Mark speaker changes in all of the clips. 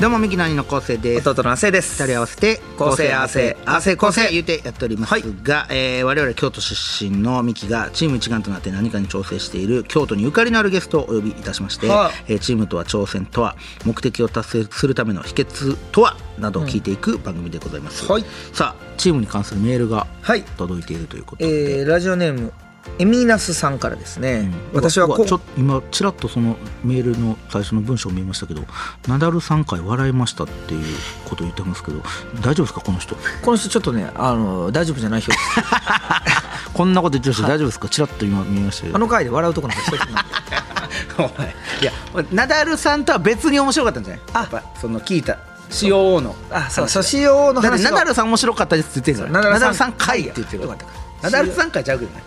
Speaker 1: どうもミキの兄の昴生です
Speaker 2: 弟の亜生です
Speaker 1: 二人合わせて
Speaker 2: 構成亜生
Speaker 1: 亜生構
Speaker 2: 構
Speaker 1: 成
Speaker 2: 成
Speaker 1: 言うてやっておりますが、えー我々京都出身のミキがチーム一丸となって何かに挑戦している京都にゆかりのあるゲストをお呼びいたしまして、
Speaker 2: はい
Speaker 1: えーチームとは挑戦とは目的を達成するための秘訣とはなどを聞いていく番組でございます、
Speaker 2: はい
Speaker 1: さあチームに関するメールが
Speaker 2: はい
Speaker 1: 届いているということ
Speaker 2: え
Speaker 1: で、
Speaker 2: ー、ラジオネームエミナスさんからですね、私は
Speaker 1: うわ
Speaker 2: こ
Speaker 1: うわちょっと今ちらっとそのメールの最初の文章を見ましたけど「ナダル3回笑いました」っていうことを言ってますけど大丈夫ですかこの人
Speaker 2: この人ちょっとねあの大丈夫じゃない人です
Speaker 1: こんなこと言ってる人大丈夫ですかチラッと今見ましたけ
Speaker 2: あ
Speaker 1: ど
Speaker 2: の回で笑うとこなんか一つもない
Speaker 1: いやナダルさんとは別に面白かったんじゃない
Speaker 2: あ
Speaker 1: やっぱその聞いた COO の
Speaker 2: あそうソシオの
Speaker 1: だっ
Speaker 2: 話
Speaker 1: て
Speaker 2: が
Speaker 1: ナダルさん面白かったですって言ってるから
Speaker 2: そ
Speaker 1: ナ
Speaker 2: うナ
Speaker 1: ダ
Speaker 2: ダ
Speaker 1: ル
Speaker 2: ル
Speaker 1: さん
Speaker 2: さん
Speaker 1: 回って言ってるから
Speaker 2: よかっ
Speaker 1: ナ
Speaker 2: た
Speaker 1: ダルさん回ちゃうけ どね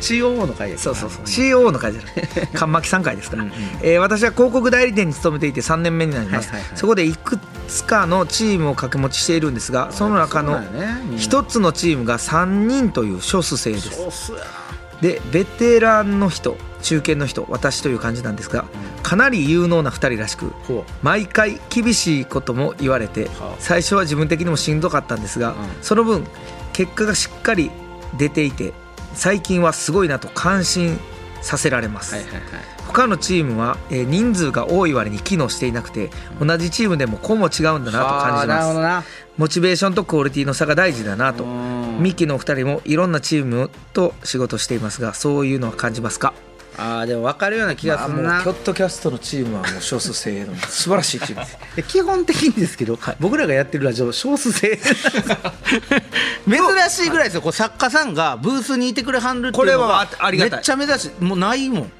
Speaker 1: COO の回やけ
Speaker 2: そ
Speaker 1: ど
Speaker 2: う
Speaker 1: な
Speaker 2: そうそう COO の会社かんまきさん会ですからえー私は広告代理店に勤めていて3年目になります、
Speaker 1: はいはいはい
Speaker 2: そこでいくつかのチームを掛け持ちしているんですがその中の
Speaker 1: そうなんやねみんな
Speaker 2: 1つのチームが3人という少数制です
Speaker 1: そうっすや
Speaker 2: でベテランの人中堅の人私という感じなんですがかなり有能な2人らしく
Speaker 1: ほ
Speaker 2: 毎回厳しいことも言われて
Speaker 1: はあ
Speaker 2: 最初は自分的にもしんどかったんですが、
Speaker 1: ん
Speaker 2: その分結果がしっかり出ていて最近はすごいなと感心させられます、
Speaker 1: はいはいはい
Speaker 2: 他のチームは、えー人数が多い割に機能していなくて同じチームでも個も違うんだなと感じ
Speaker 1: あーなるほど
Speaker 2: ま
Speaker 1: な
Speaker 2: すモチベーションとクオリティの差が大事だなと
Speaker 1: うん
Speaker 2: ミキのお二人もいろんなチームと仕事していますがそういうのは感じますか
Speaker 1: あーでも分かるような気がするな
Speaker 2: ットキャストのチームはもう少数精鋭の素晴らしいチームです
Speaker 1: で基本的にですけど、僕らがやってるラジオ少数 制珍しいぐらいですよこう作家さんがブースにいてくれはんるっていうのが
Speaker 2: これはあありがたい
Speaker 1: めっちゃ目指しいもうないもん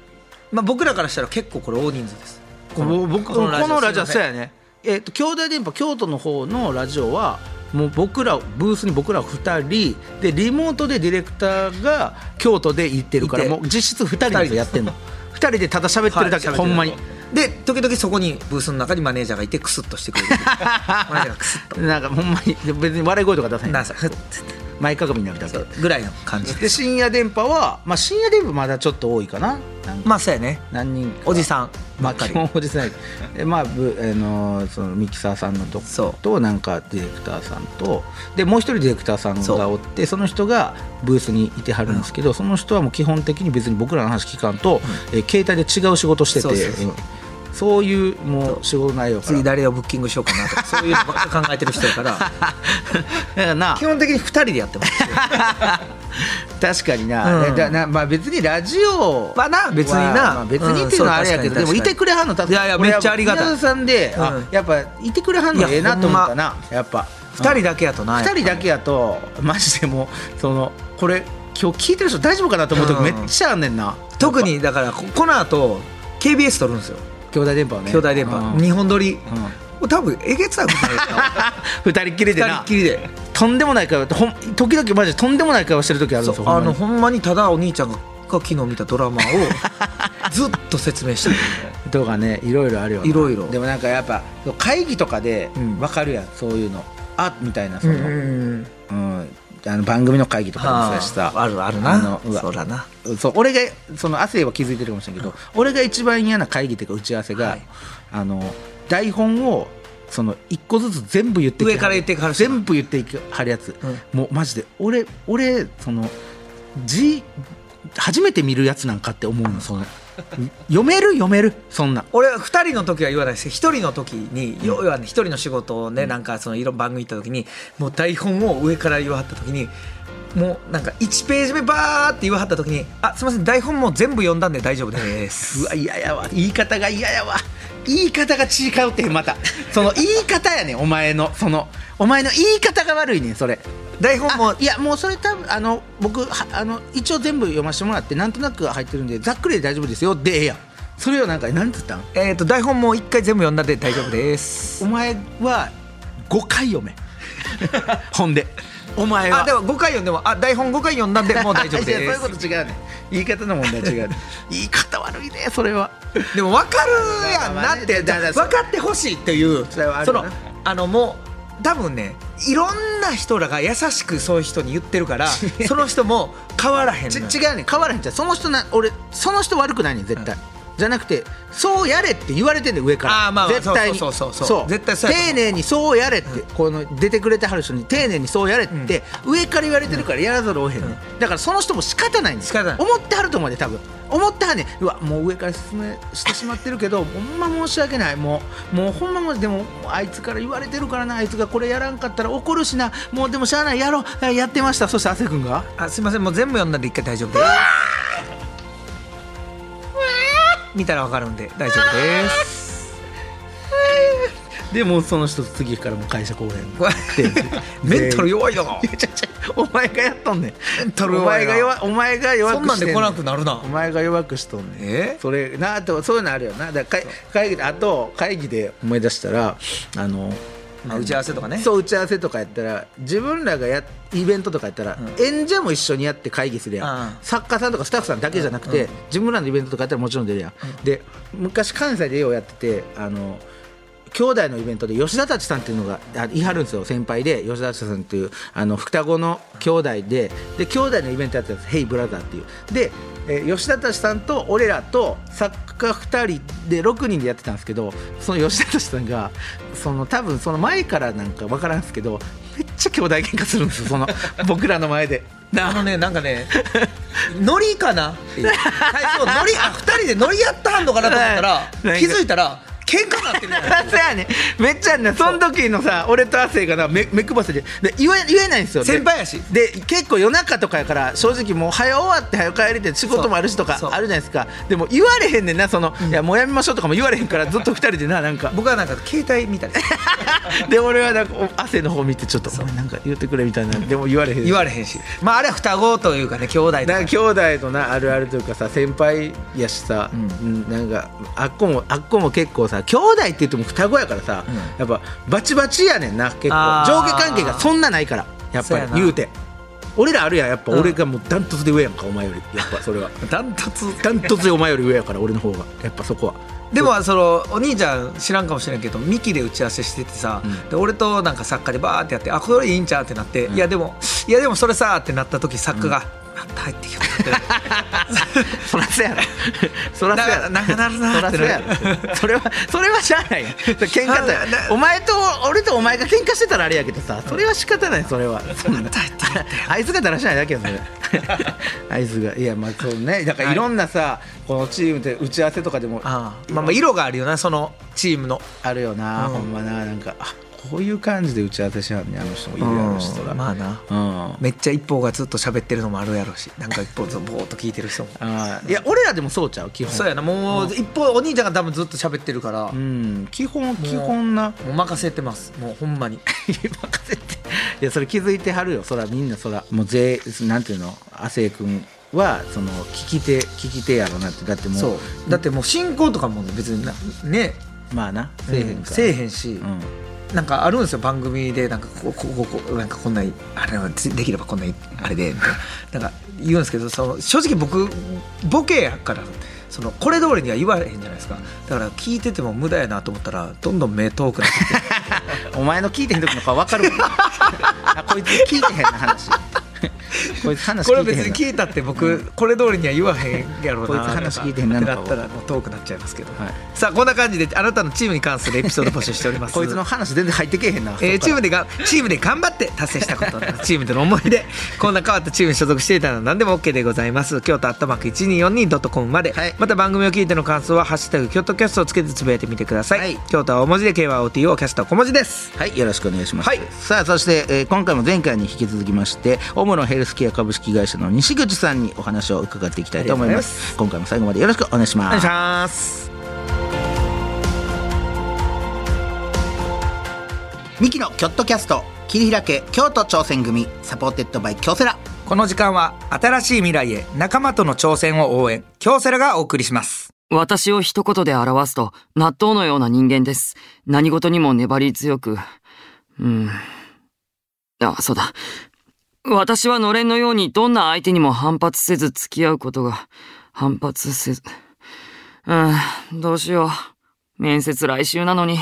Speaker 2: まあ僕らからしたら結構これ大人数です
Speaker 1: この僕このラジオ
Speaker 2: すい
Speaker 1: そう
Speaker 2: ません
Speaker 1: やねえっ、と兄弟電波京都の方のラジオはもう僕らブースに僕ら2人でリモートでディレクターが京都で行ってるから
Speaker 2: いて
Speaker 1: もう実質2人でやってんの2人でただ喋ってるだけ、
Speaker 2: はい
Speaker 1: ほんまに
Speaker 2: 喋ってるだけで時々そこにブースの中にマネージャーがいてクスッ としてくれるマネージャーがクスッと
Speaker 1: なんかほんまにで別に笑い声とか出さない
Speaker 2: なんかふっつって
Speaker 1: 前かがみになるだけ
Speaker 2: ぐらいの感じ
Speaker 1: で深夜電波は、まあ、深夜電波まだちょっと多いかななんか
Speaker 2: まあそうやね
Speaker 1: 何人か
Speaker 2: おじさん
Speaker 1: ま
Speaker 2: ば
Speaker 1: あ
Speaker 2: っか
Speaker 1: 基
Speaker 2: り
Speaker 1: 本おじさんやけどでまあぶあのーそのミキサーさんのと
Speaker 2: そ
Speaker 1: こ
Speaker 2: う
Speaker 1: となんかディレクターさんとでもう一人ディレクターさん
Speaker 2: そう
Speaker 1: がおってその人がブースにいてはるんですけど、その人はもう基本的に別に僕らの話聞かんと、えー携帯で違う仕事してて
Speaker 2: そうそうそう
Speaker 1: うんそういうもう仕事内容から
Speaker 2: 次誰をブッキングしようかなとかそういうのばっか考えてる人やから
Speaker 1: だからな
Speaker 2: 基本的に2人でやってます
Speaker 1: 確かにな,、
Speaker 2: うん
Speaker 1: だなまあ、別にラジオ
Speaker 2: まあな別にな
Speaker 1: まあ別にっていうのはあれやけど、
Speaker 2: うん
Speaker 1: でも
Speaker 2: そう確かに
Speaker 1: いてくれはんのた
Speaker 2: いやいやめっちゃありがたい
Speaker 1: 皆さんで、あ
Speaker 2: うん
Speaker 1: やっぱいてくれはんのええなと思ったなやっぱ
Speaker 2: 2人だけやとな
Speaker 1: 二人だけやとマジでもうそのこれ今日聞いてる人大丈夫かなと思うと
Speaker 2: うん
Speaker 1: めっちゃあんねんな、
Speaker 2: 特にだからここの後 KBS 撮るんですよ
Speaker 1: 兄弟電波はね
Speaker 2: 兄弟電波、
Speaker 1: うん
Speaker 2: 日本撮り、
Speaker 1: ん
Speaker 2: もう多分えげつなくないで すか
Speaker 1: 二人っきりで
Speaker 2: 二
Speaker 1: な
Speaker 2: 人っきりで
Speaker 1: とんでもない会話ほん時々マジでとんでもない会話してる時あるんですよほんま
Speaker 2: あの
Speaker 1: に
Speaker 2: ほんまにただお兄ちゃんが昨日見たド ラマをずっと説明してる
Speaker 1: とかねいろいろあるよない
Speaker 2: ろいろ
Speaker 1: でもなんかやっぱ会議とかで
Speaker 2: うん
Speaker 1: 分かるやん、そういうのあみたいなそ
Speaker 2: うん
Speaker 1: の、
Speaker 2: うんうん
Speaker 1: うん、あの番組の会議とかでもそう
Speaker 2: あ
Speaker 1: やしさ
Speaker 2: あるある
Speaker 1: あ
Speaker 2: な
Speaker 1: のうわ
Speaker 2: そうだな
Speaker 1: そう俺がその亜生は気づいてるかもしれんけど、俺が一番嫌な会議っていうか打ち合わせが、
Speaker 2: はい
Speaker 1: あの台本をその一個ずつ全部言って
Speaker 2: 上から言っていくはる人
Speaker 1: 全部言っていくはるやつ、
Speaker 2: う
Speaker 1: もうマジで俺俺その字初めて見るやつなんかって思うのその読める読めるそんな
Speaker 2: 俺は2人の時は言わないですけど1人の時に要はね1人の仕事をねなんかそのいろんな番組行った時にもう台本を上から言わはった時にもうなんか1ページ目バーって言わはった時に「あすいません台本もう全部読んだんで大丈夫 です」
Speaker 1: うわ嫌やわ言い方が嫌やわ言い方が違うってまたその言い方やねんお前のそのお前の言い方が悪いねんそれ
Speaker 2: 台本も
Speaker 1: あいやもうそれ多分あの僕はあの一応全部読ませてもらってなんとなく入ってるんでざっくりで大丈夫ですよでええやんそれをなんか何つったん
Speaker 2: えー、と台本も一回全部読んだんで大丈夫です
Speaker 1: お前は5回読め ほんでお前は
Speaker 2: あでも5回読んでもあ台本5回読んだんでもう大丈夫
Speaker 1: いや
Speaker 2: で
Speaker 1: そういうこと違うね言い方の問題違う ね言い方悪いねそれは
Speaker 2: すでも分かるやんなっ
Speaker 1: ま
Speaker 2: て
Speaker 1: あまあねだ
Speaker 2: 分かってほしいっていう
Speaker 1: それはあ
Speaker 2: そ
Speaker 1: るな
Speaker 2: のあのもう多分ねいろんな人らが優しくそういう人に言ってる からその人も変わらへん
Speaker 1: ち
Speaker 2: のよ
Speaker 1: 違うね変わらへんじゃんその人な俺その人悪くないねん絶対、じゃなくてそうやれって言われてんねん上から
Speaker 2: あーまあまあ
Speaker 1: 絶対に
Speaker 2: そうそうそうそう絶対そうやと
Speaker 1: 丁
Speaker 2: 思う
Speaker 1: 寧にそうやれって、この出てくれてはる人に丁寧にそうやれって、上から言われてるからやらざるを得へんね、ん、だからその人も仕方ないねん
Speaker 2: 仕方ない
Speaker 1: 思ってはると思うで多分思ってはんねんうわもう上から説明してしまってるけどほんま申し訳ないもうもうほんまもうでももうあいつから言われてるからなあいつがこれやらんかったら怒るしなもうでもしゃあないやろうあやってましたそして亜生君が
Speaker 2: あすいませんもう全部読んだんで一回大丈夫です見たら分かるんで大丈夫 です
Speaker 1: でもうその人次からもう会社来おへん
Speaker 2: うわ メンタル
Speaker 1: 弱
Speaker 2: 弱いだな
Speaker 1: お前がやっとんねん
Speaker 2: ンタル弱い
Speaker 1: お
Speaker 2: な
Speaker 1: 前が弱お前が弱
Speaker 2: そん
Speaker 1: く
Speaker 2: な
Speaker 1: し
Speaker 2: ん
Speaker 1: てんね
Speaker 2: で来なくなるな
Speaker 1: お前が弱くしとんねん
Speaker 2: え
Speaker 1: それなあとそういうのあるよなだから会会議であと会議で思い出したらあの
Speaker 2: あ打ち合わせとかね
Speaker 1: そう打ち合わせとかやったら自分らがやイベントとかやったら、演者も一緒にやって会議するやん、
Speaker 2: うん
Speaker 1: 作家さんとかスタッフさんだけじゃなくて、自分らのイベントとかやったらもちろん出るやん、で昔関西でようやっててあの兄弟のイベントで吉田たちさんっていうのがあいはるんですよ先輩で吉田たちさんっていうあの双子の兄弟でで兄弟のイベントやってたんです「ヘイブラザーっていうで、えー吉田たちさんと俺らと作家2人で6人でやってたんですけどその吉田たちさんがその多分その前からなんか分からんですけどめっちゃ兄弟喧嘩するんですよその僕らの前で。
Speaker 2: あのねなんかねノリかなっていう最初ノリあ二人でノリやったんのかなと思ったら
Speaker 1: なんか
Speaker 2: 気づいたら喧嘩なってるやん
Speaker 1: そうやねめっちゃねその時のさ俺と亜生がな目目くばせてで言え言えないんですよで
Speaker 2: 先輩やし
Speaker 1: で結構夜中とかやから正直もう早終わって早帰りって仕事もあるしとか
Speaker 2: そうそう
Speaker 1: あるじゃないですかでも言われへんねんなその、いやもうやめましょうとかも言われへんからずっと二人でななん か
Speaker 2: 僕はなんか携帯見たり
Speaker 1: で俺はなんかお汗の方見てちょっとお前なんか言ってくれみたいなでも言われへん
Speaker 2: 言われへんしまああれは双子というかね兄弟とか
Speaker 1: なんか兄弟となあるあるというかさ先輩やしさ、うんなんかあっこもあっこも結構さ兄弟って言っても双子やからさ、
Speaker 2: うん
Speaker 1: やっぱバチバチやねんな結構
Speaker 2: あー
Speaker 1: 上下関係がそんなないからやっ
Speaker 2: そう
Speaker 1: ぱ
Speaker 2: や
Speaker 1: り
Speaker 2: な
Speaker 1: 言うて俺らあるやんやっぱ
Speaker 2: うん
Speaker 1: 俺がもうダントツで上やんかお前よりやっぱそれは
Speaker 2: ダントツ
Speaker 1: ダントツでお前より上やから俺の方がやっぱそこは
Speaker 2: でもそのお兄ちゃん知らんかもしれんけどミキで打ち合わせしててさ、
Speaker 1: ん
Speaker 2: で俺となんか作家でバーってやって「あこれいいんちゃう?」ってなって、いやでもいやでもそれさ」ってなった時作家が「また入ってきた」って
Speaker 1: そらそうやろそらそうやろ
Speaker 2: なかなかな
Speaker 1: そ
Speaker 2: るな
Speaker 1: ら
Speaker 2: っ
Speaker 1: そ
Speaker 2: て
Speaker 1: うやろそれはそれはしゃあないやんそれ喧嘩だよ
Speaker 2: なな
Speaker 1: お前と俺とお前が喧嘩してたらあれやけどさそれは仕方ないそれはそんな
Speaker 2: また入ってきた
Speaker 1: あいつがだらしないだけやそれあいつがいやまあそうねだからいろんなさこのチームで打ち合わせとかでも
Speaker 2: ああまあまあ色があるよなそのチームの
Speaker 1: あるよな、
Speaker 2: うん
Speaker 1: ほんまななんかあこういう感じで打ち合わせしはんねあの人もいるやろうしそら
Speaker 2: まあな
Speaker 1: うん
Speaker 2: めっちゃ一方がずっと喋ってるのもあるやろうしなんか一方ずっとぼーっと聞いてる人も
Speaker 1: あーいや俺らでもそうちゃう基本
Speaker 2: そうやなもう一方お兄ちゃんが多分ずっと喋ってるから、
Speaker 1: うん基本基本な
Speaker 2: もう任せてますもうほんまに
Speaker 1: 任せていやそれ気づいてはるよそらみんなそらもうぜなんていうの亜生君はその聞き手聞き手やろなってだってもう
Speaker 2: そうだってもう進行とかも別になね
Speaker 1: まあなせえへんから、
Speaker 2: せえへんし、
Speaker 1: うん
Speaker 2: なんかあるんですよ番組でなんかこうこうこうこうなんかこんなあれはできればこんなあれでみたいななんか言うんですけどその正直僕ボケやからそのこれ通りには言われへんじゃないですかだから聞いてても無駄やなと思ったらどんどん目遠くなってきて
Speaker 1: お前の聞いてへん時の顔分かる もんあこいつ聞いてへんな話こいつ話
Speaker 2: こ
Speaker 1: 聞
Speaker 2: れ
Speaker 1: いてへん
Speaker 2: 別
Speaker 1: な
Speaker 2: に聞いたって僕、これ通りには言わへんやろうな
Speaker 1: こいつ話聞いてへんな
Speaker 2: ってなったらもう遠くなっちゃいますけど、
Speaker 1: はい
Speaker 2: さあこんな感じであなたのチームに関するエピソード募集しておりま す
Speaker 1: こいつの話全然入ってけえへんな、
Speaker 2: えーチー
Speaker 1: ム
Speaker 2: ムでがチームで頑張って達成した ことなどチームでの思い出こんな変わったチームに所属していたら何でも OK でございます京都アットマーク 1242.com まで、
Speaker 1: はい
Speaker 2: また番組を聞いての感想は「ハッシュタグ京都キャスト」をつけてつぶやいてみてください、
Speaker 1: はい
Speaker 2: 京都は大文字で KYOTO キャストは小文字です
Speaker 1: はいよろしくお願いします、
Speaker 2: はい
Speaker 1: さあそして、えー今回も前回に引き続きましてオムロヘルスケア株式会社の西口さんにお話を伺っていきたいと思います今回も最後までよろしくお願いし
Speaker 2: お
Speaker 1: ま
Speaker 2: 願い
Speaker 1: す
Speaker 2: します
Speaker 1: ミキのキョットキャスト切り開け京都挑戦組サポーテッドバイ京セラ
Speaker 2: この時間は新しい未来へ仲間との挑戦を応援京セラがお送りします
Speaker 3: 私を一言で表すと、納豆のような人間です。何事にも粘り強く。うん。あ、そうだ。私はのれんのようにどんな相手にも反発せず付き合うことが、反発せず。うん、どうしよう。面接来週なのに。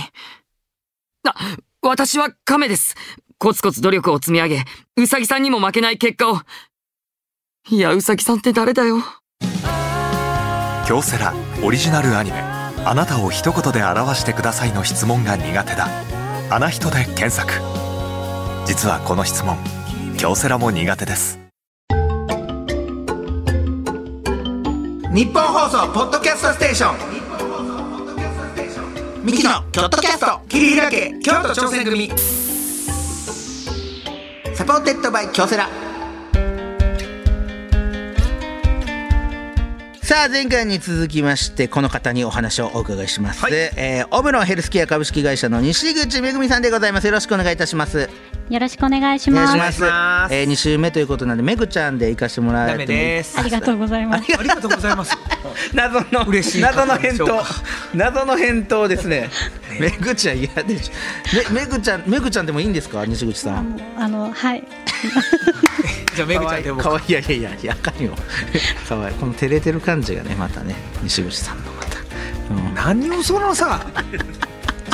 Speaker 3: あ、私は亀です。コツコツ努力を積み上げ、うさぎさんにも負けない結果を。いや、うさぎさんって誰だよ。
Speaker 4: 京セラオリジナルアニメ「あなたを一言で表してください」の質問が苦手だ「あな人」で検索実はこの質問京セラも苦手です
Speaker 1: 日本放送ポッドキャストステーションミキのキョットキャスト切り開け
Speaker 2: 京都挑戦組
Speaker 1: サポーテッドバイ京セラさあ前回に続きましてこの方にお話をお伺いします、
Speaker 2: はい
Speaker 1: えーオムロンヘルスケア株式会社の西口めぐみさんでございますよろしくお願いいたします
Speaker 5: よろしくお願いし
Speaker 1: お願
Speaker 5: ま
Speaker 1: い
Speaker 5: す。
Speaker 1: し
Speaker 2: お願
Speaker 1: ま
Speaker 2: い
Speaker 1: す
Speaker 2: します
Speaker 1: えー、2週目ということなんでめぐちゃんで行かしてもらえ
Speaker 2: ダ
Speaker 1: ても
Speaker 2: メ
Speaker 1: いい
Speaker 2: です
Speaker 5: ありがとうございます。
Speaker 2: ありがとうございます
Speaker 1: 謎の
Speaker 2: 嬉しい
Speaker 1: 謎の返
Speaker 2: 方
Speaker 1: 答
Speaker 2: でし
Speaker 1: 謎の返答です ねめぐちゃん嫌でしょめめぐちゃんめぐちゃんでもいいんですか西口さん
Speaker 5: あのはい。
Speaker 2: じゃあめぐちゃんでも
Speaker 1: かわいいいやいやいやいやあかん よかわいいこの照れてる感じがねまたね西口さんのまた、うん
Speaker 2: 何をそ のさ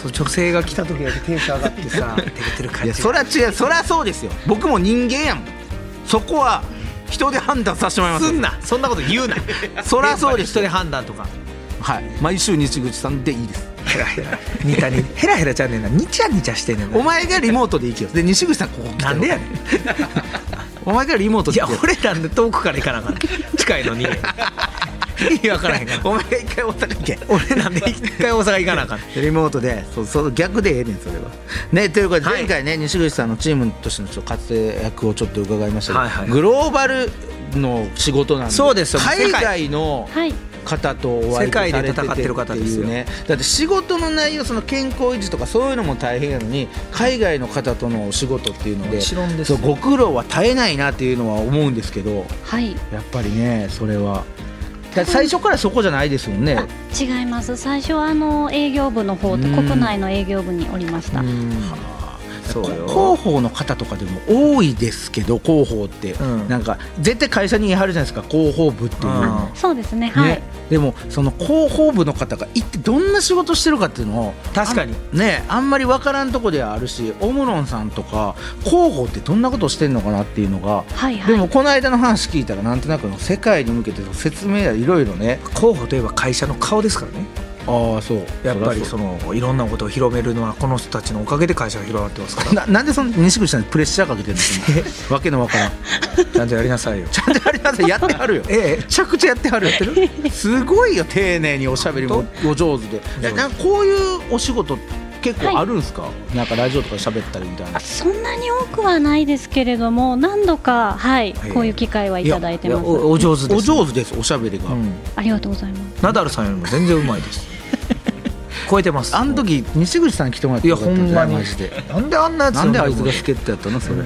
Speaker 2: そう女性が来た時だけテンション上がっ てさ照れてる
Speaker 1: い
Speaker 2: 感
Speaker 1: や
Speaker 2: じ
Speaker 1: そりゃ違うそりゃそうですよ僕も人間やもんそこは人で判断させてもらいますす
Speaker 2: んなそんなこと言うな
Speaker 1: そりゃそうです
Speaker 2: 人で判断とか
Speaker 1: はい毎週西口さんでいいです
Speaker 2: ヘラヘラニタニヘラヘラちゃんねんなニチャニチャしてんねんな
Speaker 1: お前がリモートで行けよで西口さんここ来てよ
Speaker 2: なんでやねん
Speaker 1: お前がリモート
Speaker 2: い
Speaker 1: で行
Speaker 2: や
Speaker 1: けよ
Speaker 2: 俺らで遠くから行かなあかん近いのに意味わからへんから
Speaker 1: お前一回お互い行け
Speaker 2: 俺なんで一回大阪行かなあかん
Speaker 1: リモートでそうそう逆でええねんそれは。ねということで
Speaker 2: はい
Speaker 1: 前回ね、西口さんのチームとしてのちょっと活躍をちょっと伺いましたけど、
Speaker 2: はいはい
Speaker 1: グローバルの仕事なんで
Speaker 2: そうですよ
Speaker 1: 海外の
Speaker 5: はい。
Speaker 1: 方とお会いされてて
Speaker 2: 世界で戦ってる方です
Speaker 1: ってい
Speaker 2: よ
Speaker 1: うねだって仕事の内容その健康維持とかそういうのも大変やのに海外の方とのお仕事っていうので
Speaker 2: もちろんです
Speaker 1: そ
Speaker 2: よ
Speaker 1: うご苦労は絶えないなっていうのは思うんですけど
Speaker 5: はい。
Speaker 1: やっぱりねそれは。だって最初からそこじゃないですもんね。
Speaker 5: 違います。最初はあの営業部の方と
Speaker 1: うん
Speaker 5: 国内の営業部におりました。
Speaker 2: そうよ
Speaker 1: 広報の方とかでも多いですけど広報って、
Speaker 2: うん
Speaker 1: なんか絶対会社に言い張るじゃないですか広報部っていうのは、
Speaker 5: そうですね。はい
Speaker 1: ね。、でもその広報部の方が一体どんな仕事してるかっていうのを
Speaker 2: 確かに
Speaker 1: あんねあんまり分からんとこではあるしオムロンさんとか広報ってどんなことしてんのかなっていうのが、
Speaker 5: はい
Speaker 1: で
Speaker 5: は
Speaker 1: も
Speaker 5: い。
Speaker 1: この間の話聞いたらなんとなくの世界に向けての説明やいろいろね
Speaker 2: 候補といえば会社の顔ですからね
Speaker 1: ああそう
Speaker 2: やっぱり
Speaker 1: そ
Speaker 2: そ
Speaker 1: ら
Speaker 2: のいろんなことを広めるのはこの人たちのおかげで会社が広がってますか
Speaker 1: そうななんでその西口さんにプレッシャーかけてるんですか わけのわからん
Speaker 2: ら ちゃんとやりなさいよ
Speaker 1: ちゃんとやりなさいやってはるよ
Speaker 2: ええ
Speaker 1: めちゃくちゃやってはるすごいよ丁寧におしゃべりもお上手で
Speaker 2: 上手
Speaker 1: えなんかこういうお仕事結構あるんですか、なんかラジオとか喋ったりみたいな
Speaker 5: そんなに多くはないですけれども、何度かはい
Speaker 2: はい
Speaker 5: こういう機会はいただいてます。
Speaker 2: おお上手です
Speaker 1: お上手ですおしゃべりが、
Speaker 2: うん
Speaker 5: ありがとうございます。
Speaker 2: ナダルさんよりも全然うまいです超えてます
Speaker 1: あの時西口さん来てもらって
Speaker 2: いや
Speaker 1: よかっ
Speaker 2: ほ
Speaker 1: た
Speaker 2: ん
Speaker 1: じ
Speaker 2: ま
Speaker 1: ゃ
Speaker 2: に
Speaker 1: マジで
Speaker 2: なんであんなやつ
Speaker 1: なんであいつが
Speaker 2: き
Speaker 1: 助っ人やったのそれ、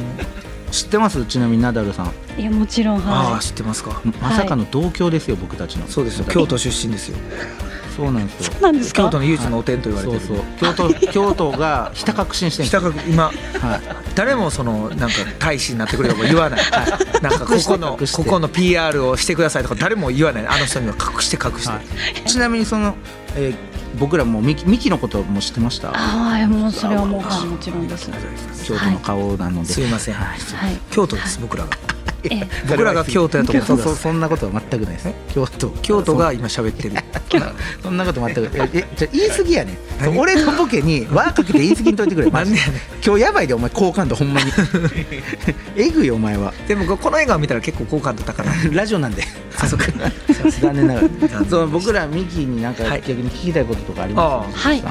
Speaker 1: 知ってますちなみにナダルさん
Speaker 5: いやもちろん
Speaker 2: あ
Speaker 5: は
Speaker 2: あ知ってますか
Speaker 1: ままさかの同郷ですよ、僕たちの
Speaker 2: そうですよ
Speaker 1: だから
Speaker 2: 京都出身ですよ
Speaker 1: そうなんですよ
Speaker 5: い。なんです
Speaker 2: 京
Speaker 5: か
Speaker 2: 都。の唯一のお天と言われて
Speaker 1: そう
Speaker 2: る
Speaker 1: そう京都京都がひた確信してるんです
Speaker 2: 北
Speaker 1: よ
Speaker 2: 角今
Speaker 1: はい
Speaker 2: 誰もそのなんか大使になってくれとか言わない、なんかこ
Speaker 1: 隠して
Speaker 2: この
Speaker 1: 隠して
Speaker 2: ここの PR をしてくださいとか誰も言わないあの人には隠して隠して、
Speaker 1: ちなみにその、えー僕らもミキミキのことも知ってました
Speaker 5: ああいやもうそれはもうはいもちろんです。はい。
Speaker 1: 京都の顔なので、
Speaker 2: すいません
Speaker 1: はいそう
Speaker 2: 京都です僕らが
Speaker 5: ええ
Speaker 2: 僕らが京都やと思って
Speaker 1: そ
Speaker 2: ま
Speaker 1: うそう
Speaker 2: す
Speaker 1: そんなことは全くないです京都
Speaker 2: 京都が今喋ってる
Speaker 1: そんなこと全くええじゃあ言い過ぎやねんそう俺のボケ に輪かけて言い過ぎにといてくれ
Speaker 2: なんでやねん
Speaker 1: 今日やばいでお前好感度ほん まにえぐいお前は
Speaker 2: でもこの映画を見たら結構好感度高い
Speaker 1: ラジオなんで
Speaker 2: あ そうか
Speaker 1: 残念ながら
Speaker 2: 念
Speaker 1: そう僕らミキになんか
Speaker 2: はい
Speaker 1: 逆に聞きたいこととかありますか、
Speaker 5: はい
Speaker 1: ミキ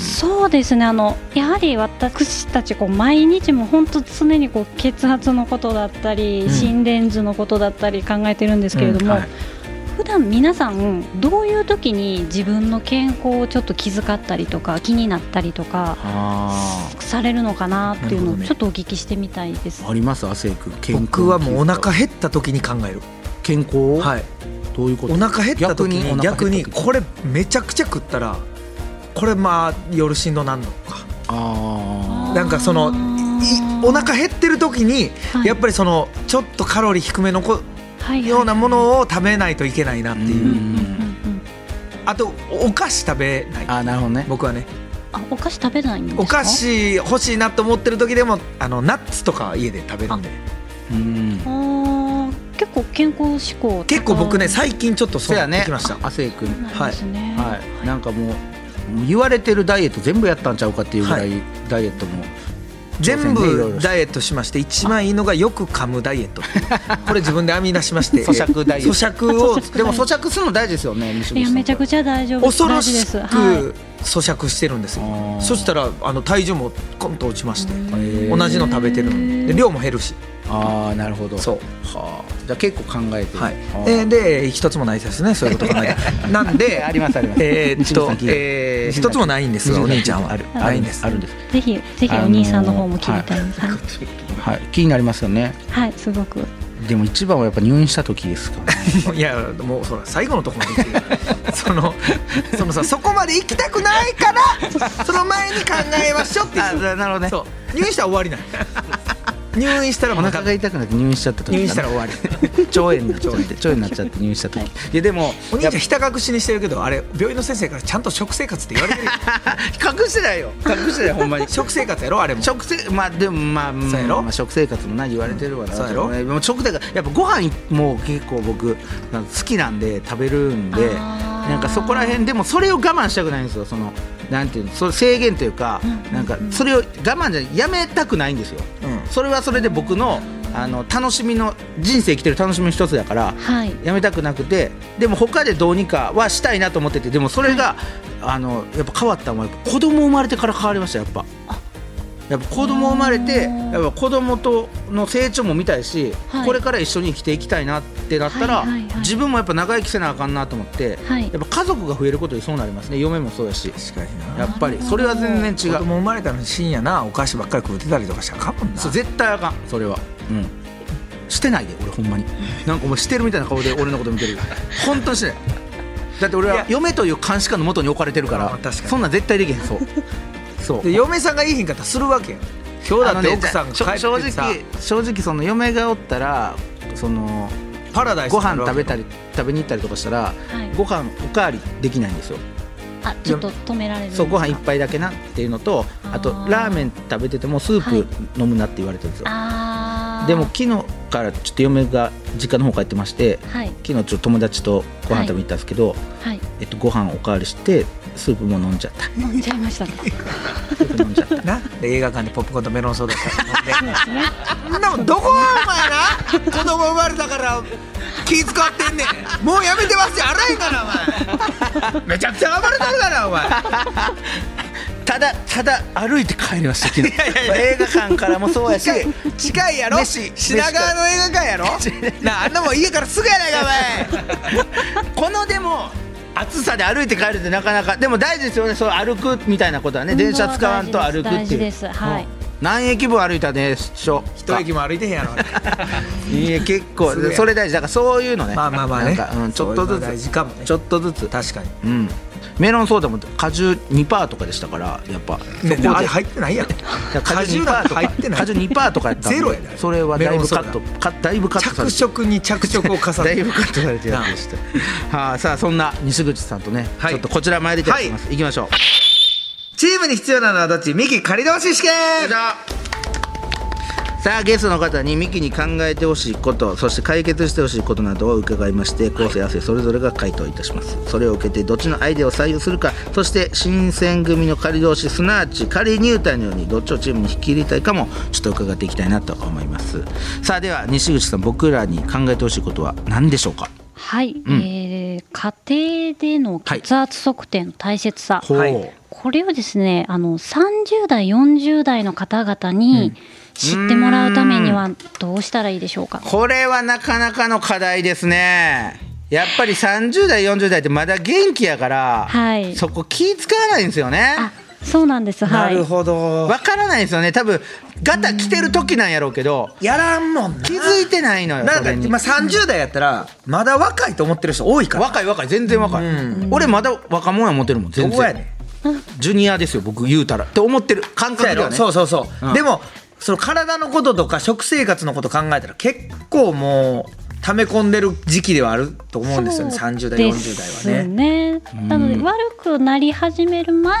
Speaker 1: さん
Speaker 5: そうですねあのやはり私たちこう毎日も本当常にこう血圧のことだったり、
Speaker 1: うん
Speaker 5: 心電図のことだったり考えてるんですけれども、
Speaker 1: うんはい
Speaker 5: 普段皆さんどういう時に自分の健康をちょっと気遣ったりとか気になったりとか
Speaker 1: あ
Speaker 5: されるのかなって
Speaker 2: な
Speaker 5: いうの
Speaker 2: るほど
Speaker 5: を
Speaker 2: ね
Speaker 5: ちょっとお聞きしてみたいです。
Speaker 1: ーあります汗いく健康
Speaker 2: 僕はもうお腹減った時に考える
Speaker 1: 健康、
Speaker 2: はい
Speaker 1: どういうこと
Speaker 2: お腹減った時に逆
Speaker 1: 逆に
Speaker 2: に
Speaker 1: お腹減った時
Speaker 2: これめちゃくちゃ食ったらこれまあ夜しんどなんのか
Speaker 1: ああ
Speaker 2: なんかそのいお腹減ってる時に、
Speaker 5: はい
Speaker 2: やっぱりそのちょっとカロリー低めのこ
Speaker 5: はいはい
Speaker 2: ようなものを食べないといけないなっていう、
Speaker 1: う
Speaker 5: うんうんうんうん
Speaker 2: あとお菓子食べない
Speaker 1: あなるほどね
Speaker 2: 僕はね
Speaker 5: あお菓子食べないんですか
Speaker 2: お菓子欲しいなと思ってる時でもあのナッツとかは家で食べるんで
Speaker 1: うん
Speaker 5: あー結構健康志向
Speaker 2: 結構僕ね
Speaker 5: 最
Speaker 2: 最近ちょっとそ
Speaker 1: そう
Speaker 2: うな
Speaker 1: や
Speaker 2: って
Speaker 1: ね
Speaker 2: きました、
Speaker 1: 亜生君
Speaker 5: なんですね
Speaker 1: はいなんかもう言われてるダイエット全部やったんちゃうかっていうぐらいダイエットも
Speaker 2: 全
Speaker 1: 挑戦ねいろい
Speaker 2: 部
Speaker 1: ろ
Speaker 2: ダイエットしまして一番いいのがよく噛むダイエッ トこれ自分で編み出しまして
Speaker 1: 咀嚼ダイエット
Speaker 2: 咀嚼を
Speaker 1: でも咀嚼するの大事ですよね
Speaker 5: いやめちゃく
Speaker 1: ち
Speaker 5: ちゃ大丈夫
Speaker 2: 恐ろ
Speaker 5: 大事で
Speaker 2: しく
Speaker 5: すは
Speaker 2: 咀嚼してるんですよ
Speaker 1: あー
Speaker 2: そしたらあの体重もコンと落ちまして
Speaker 1: ー
Speaker 2: 同じの食べてるので量も減るし
Speaker 1: ゃああなるほど
Speaker 2: そう
Speaker 1: はあじゃあ結構考えてる
Speaker 2: はい
Speaker 1: あ
Speaker 2: え
Speaker 1: ー
Speaker 2: ーで一つもないですねそういうこと考え てなんで
Speaker 1: ありますあります
Speaker 2: えーっと
Speaker 1: 西口さん聞いて
Speaker 2: えー一つもないんですがお兄ちゃんは
Speaker 1: 西口さ
Speaker 2: あるないんです
Speaker 1: あるんです
Speaker 5: いぜひぜひお兄さんの方も聞いて
Speaker 1: あ
Speaker 5: みたい
Speaker 1: はい気になりますよね
Speaker 5: はいすごく
Speaker 1: でも一番はやっぱ入院した時ですかね
Speaker 2: いやもうそら最後のとこまで行ってる そのそのさそこまで行きたくない からその前に考えましょうっていう
Speaker 1: なるほど
Speaker 2: そう入院したら終わりない入院したら
Speaker 1: お
Speaker 2: もう
Speaker 1: 腹が痛くなって入院しちゃった時
Speaker 2: 入院した ら
Speaker 1: 腸
Speaker 2: 終わり
Speaker 1: 炎になっちゃ って腸炎になっちゃって入院した時いやでも
Speaker 2: お兄ちゃんひた隠しにしてるけどあれ病院の先生からちゃんと食生活って言わ れてるよ
Speaker 1: 隠してないよ隠してないほんまに
Speaker 2: 食生活やろあれも
Speaker 1: 食生まあでもまあ、うん
Speaker 2: そうやろ
Speaker 1: まあ、食生活もな言われてるわな、
Speaker 2: そうやろ
Speaker 1: でも食生活やっぱご飯も結構僕なんか好きなんで食べるんで
Speaker 5: あー
Speaker 1: なんかそこら辺でもそれを我慢したくないんですよそのなんていうのその制限というか、なんかそれを我慢じゃやめたくないんですよ、
Speaker 2: うん
Speaker 1: それはそれで僕のあの楽しみの人生生きてる楽しみの一つだから、
Speaker 5: はい
Speaker 1: やめたくなくてでも他でどうにかはしたいなと思っててでもそれが、あのやっぱ変わったのはやっぱ子供生まれてから変わりましたやっぱやっぱ子供生まれてやっぱ子供との成長も見たいし、
Speaker 5: はい
Speaker 1: これから一緒に生きていきたいなってなったら、
Speaker 5: はいはいはい
Speaker 1: 自分もやっぱ長生きせなあかんなと思って、
Speaker 5: はい
Speaker 1: やっぱ家族が増えることにそうなりますね嫁もそうやし
Speaker 2: 確かに
Speaker 1: やっぱりそれは全然違う
Speaker 2: 子供生まれたのに深夜なお菓子ばっかり食うてたりとかしたらかもんな
Speaker 1: そう絶対あかんそれはうんしてないで俺ほんまになんかお前してるみたいな顔で俺のこと見てる本当にしてないだって俺
Speaker 2: い
Speaker 1: は
Speaker 2: や
Speaker 1: 嫁という監視官の元に置かれてるか
Speaker 2: まあ
Speaker 1: ら
Speaker 2: 確かに
Speaker 1: そんなん絶対できへんそうそう
Speaker 2: で嫁さんがいいひんかったらするわけや今日だ
Speaker 1: あの
Speaker 2: って
Speaker 1: ね
Speaker 2: 奥さんが帰
Speaker 1: じゃあ
Speaker 2: ってき
Speaker 1: 正
Speaker 2: てさ
Speaker 1: 直正直その嫁がおったらその
Speaker 2: パラダイス
Speaker 1: ご飯食べた
Speaker 2: り
Speaker 1: り食べに行ったりとかしたら
Speaker 5: はい
Speaker 1: ご飯おかわりできないんですよ
Speaker 5: あちょっと止められるんです
Speaker 1: そう
Speaker 5: か
Speaker 1: ご飯一杯だけなっていうのとあと
Speaker 5: あー
Speaker 1: ラーメン食べててもス
Speaker 5: はい
Speaker 1: ープ飲むなって言われてるんですよ
Speaker 5: あー
Speaker 1: でも昨日からちょっと嫁が実家の方帰ってまして
Speaker 5: はい
Speaker 1: 昨日ちょっと友達とご飯食べに行ったんですけど、
Speaker 5: はい
Speaker 1: えっと、ご飯おかわりしてスープも飲んじゃった
Speaker 5: 飲んじゃいましたね
Speaker 1: スープ飲んじゃった
Speaker 2: な で映画館でポップコーンとメロンソーダとか飲 んで
Speaker 5: ね
Speaker 2: そんなもんどこはお前な子供生まれたから気使ってんねんもうやめてますよ荒いからお前めちゃくちゃ暴れてるからお前
Speaker 1: ただただ歩いて帰りました昨日映画館からもそうやし
Speaker 2: 近い近いやろ
Speaker 1: 飯
Speaker 2: 品川の映画館やろ なああんなもん家からすぐやないか
Speaker 1: このでも暑さで歩いて帰るってなかなかでも大事ですよねそう歩くみたいなことはね電車使わんと歩く
Speaker 5: 大
Speaker 1: って
Speaker 5: 事
Speaker 1: い
Speaker 5: で
Speaker 1: う
Speaker 5: すはい
Speaker 1: 何駅分歩いたでしょ
Speaker 2: お前一駅も歩いてへんやろ
Speaker 1: いいえ結構
Speaker 2: すぐや
Speaker 1: それ大事だからそういうのね
Speaker 2: まあまあまあね
Speaker 1: なんか、うん、ちょっと
Speaker 2: そ
Speaker 1: ず
Speaker 2: ういうの大事
Speaker 1: つ
Speaker 2: かもね
Speaker 1: ちょっとずつ
Speaker 2: 確かに
Speaker 1: うんメロンソーダも果汁2%とかでしたからやっぱ
Speaker 2: ね
Speaker 1: そこで
Speaker 2: あれ入ってないやろ
Speaker 1: 果
Speaker 2: 果
Speaker 1: 汁2%
Speaker 2: 汁なん
Speaker 1: と
Speaker 2: て
Speaker 1: か
Speaker 2: 入ってない
Speaker 1: 果汁2%とかやったんで
Speaker 2: ゼロやで
Speaker 1: それはだいぶカット
Speaker 2: メロ
Speaker 1: かだいぶカットされ
Speaker 2: 着
Speaker 1: て
Speaker 2: 色に着色を重
Speaker 1: だ
Speaker 2: ね
Speaker 1: い
Speaker 2: て
Speaker 1: ぶカットされてるやつでした はあさあそんな西口さんとね、
Speaker 2: はい
Speaker 1: ちょっとこちら前出ていただきます、い、きましょう
Speaker 2: チームに必要なのはどっちミキ仮同士試験
Speaker 1: さあゲストの方にミキに考えてほしいことそして解決してほしいことなどを伺いまして昴生亜生それぞれが回答いたしますそれを受けてどっちのアイデアを採用するかそして新選組の仮同士すなわち仮入隊のようにどっちをチームに引き入れたいかもちょっと伺っていきたいなと思いますさあでは西口さん僕らに考えてほしいことは何でしょうか
Speaker 5: はい、えー家庭での血圧測定の大切さ、
Speaker 1: ほう
Speaker 2: はい
Speaker 5: これをですねあの30代40代の方々に知ってもらうためにはどうしたらいいでしょうか、
Speaker 1: これはなかなかの課題ですねやっぱり30代40代ってまだ元気やから、
Speaker 5: はい
Speaker 1: そこ気使わないんですよね
Speaker 5: あそうなんです
Speaker 2: な
Speaker 5: はい
Speaker 2: るほど
Speaker 1: わからないですよね多分ガタ来てる時なんやろうけど
Speaker 2: やらんもんな
Speaker 1: 気づいてないのよ
Speaker 2: なん
Speaker 1: そ
Speaker 2: か
Speaker 1: れに
Speaker 2: 今30代やったらまだ若いと思ってる人多いから
Speaker 1: 若い若い全然若い、俺まだ若者や思ってるもん全
Speaker 2: どこやね
Speaker 1: 然
Speaker 2: ん
Speaker 1: ジュニアですよ僕言うたらって思ってる感覚
Speaker 2: そうや
Speaker 1: では
Speaker 2: ろ
Speaker 1: ね
Speaker 2: そうそうそう
Speaker 1: うん
Speaker 2: でもその体のこととか食生活のこと考えたら結構もう溜め込んでる時期ではあると思うんですよね30代40代はね。
Speaker 5: ね。なので悪くなり始める前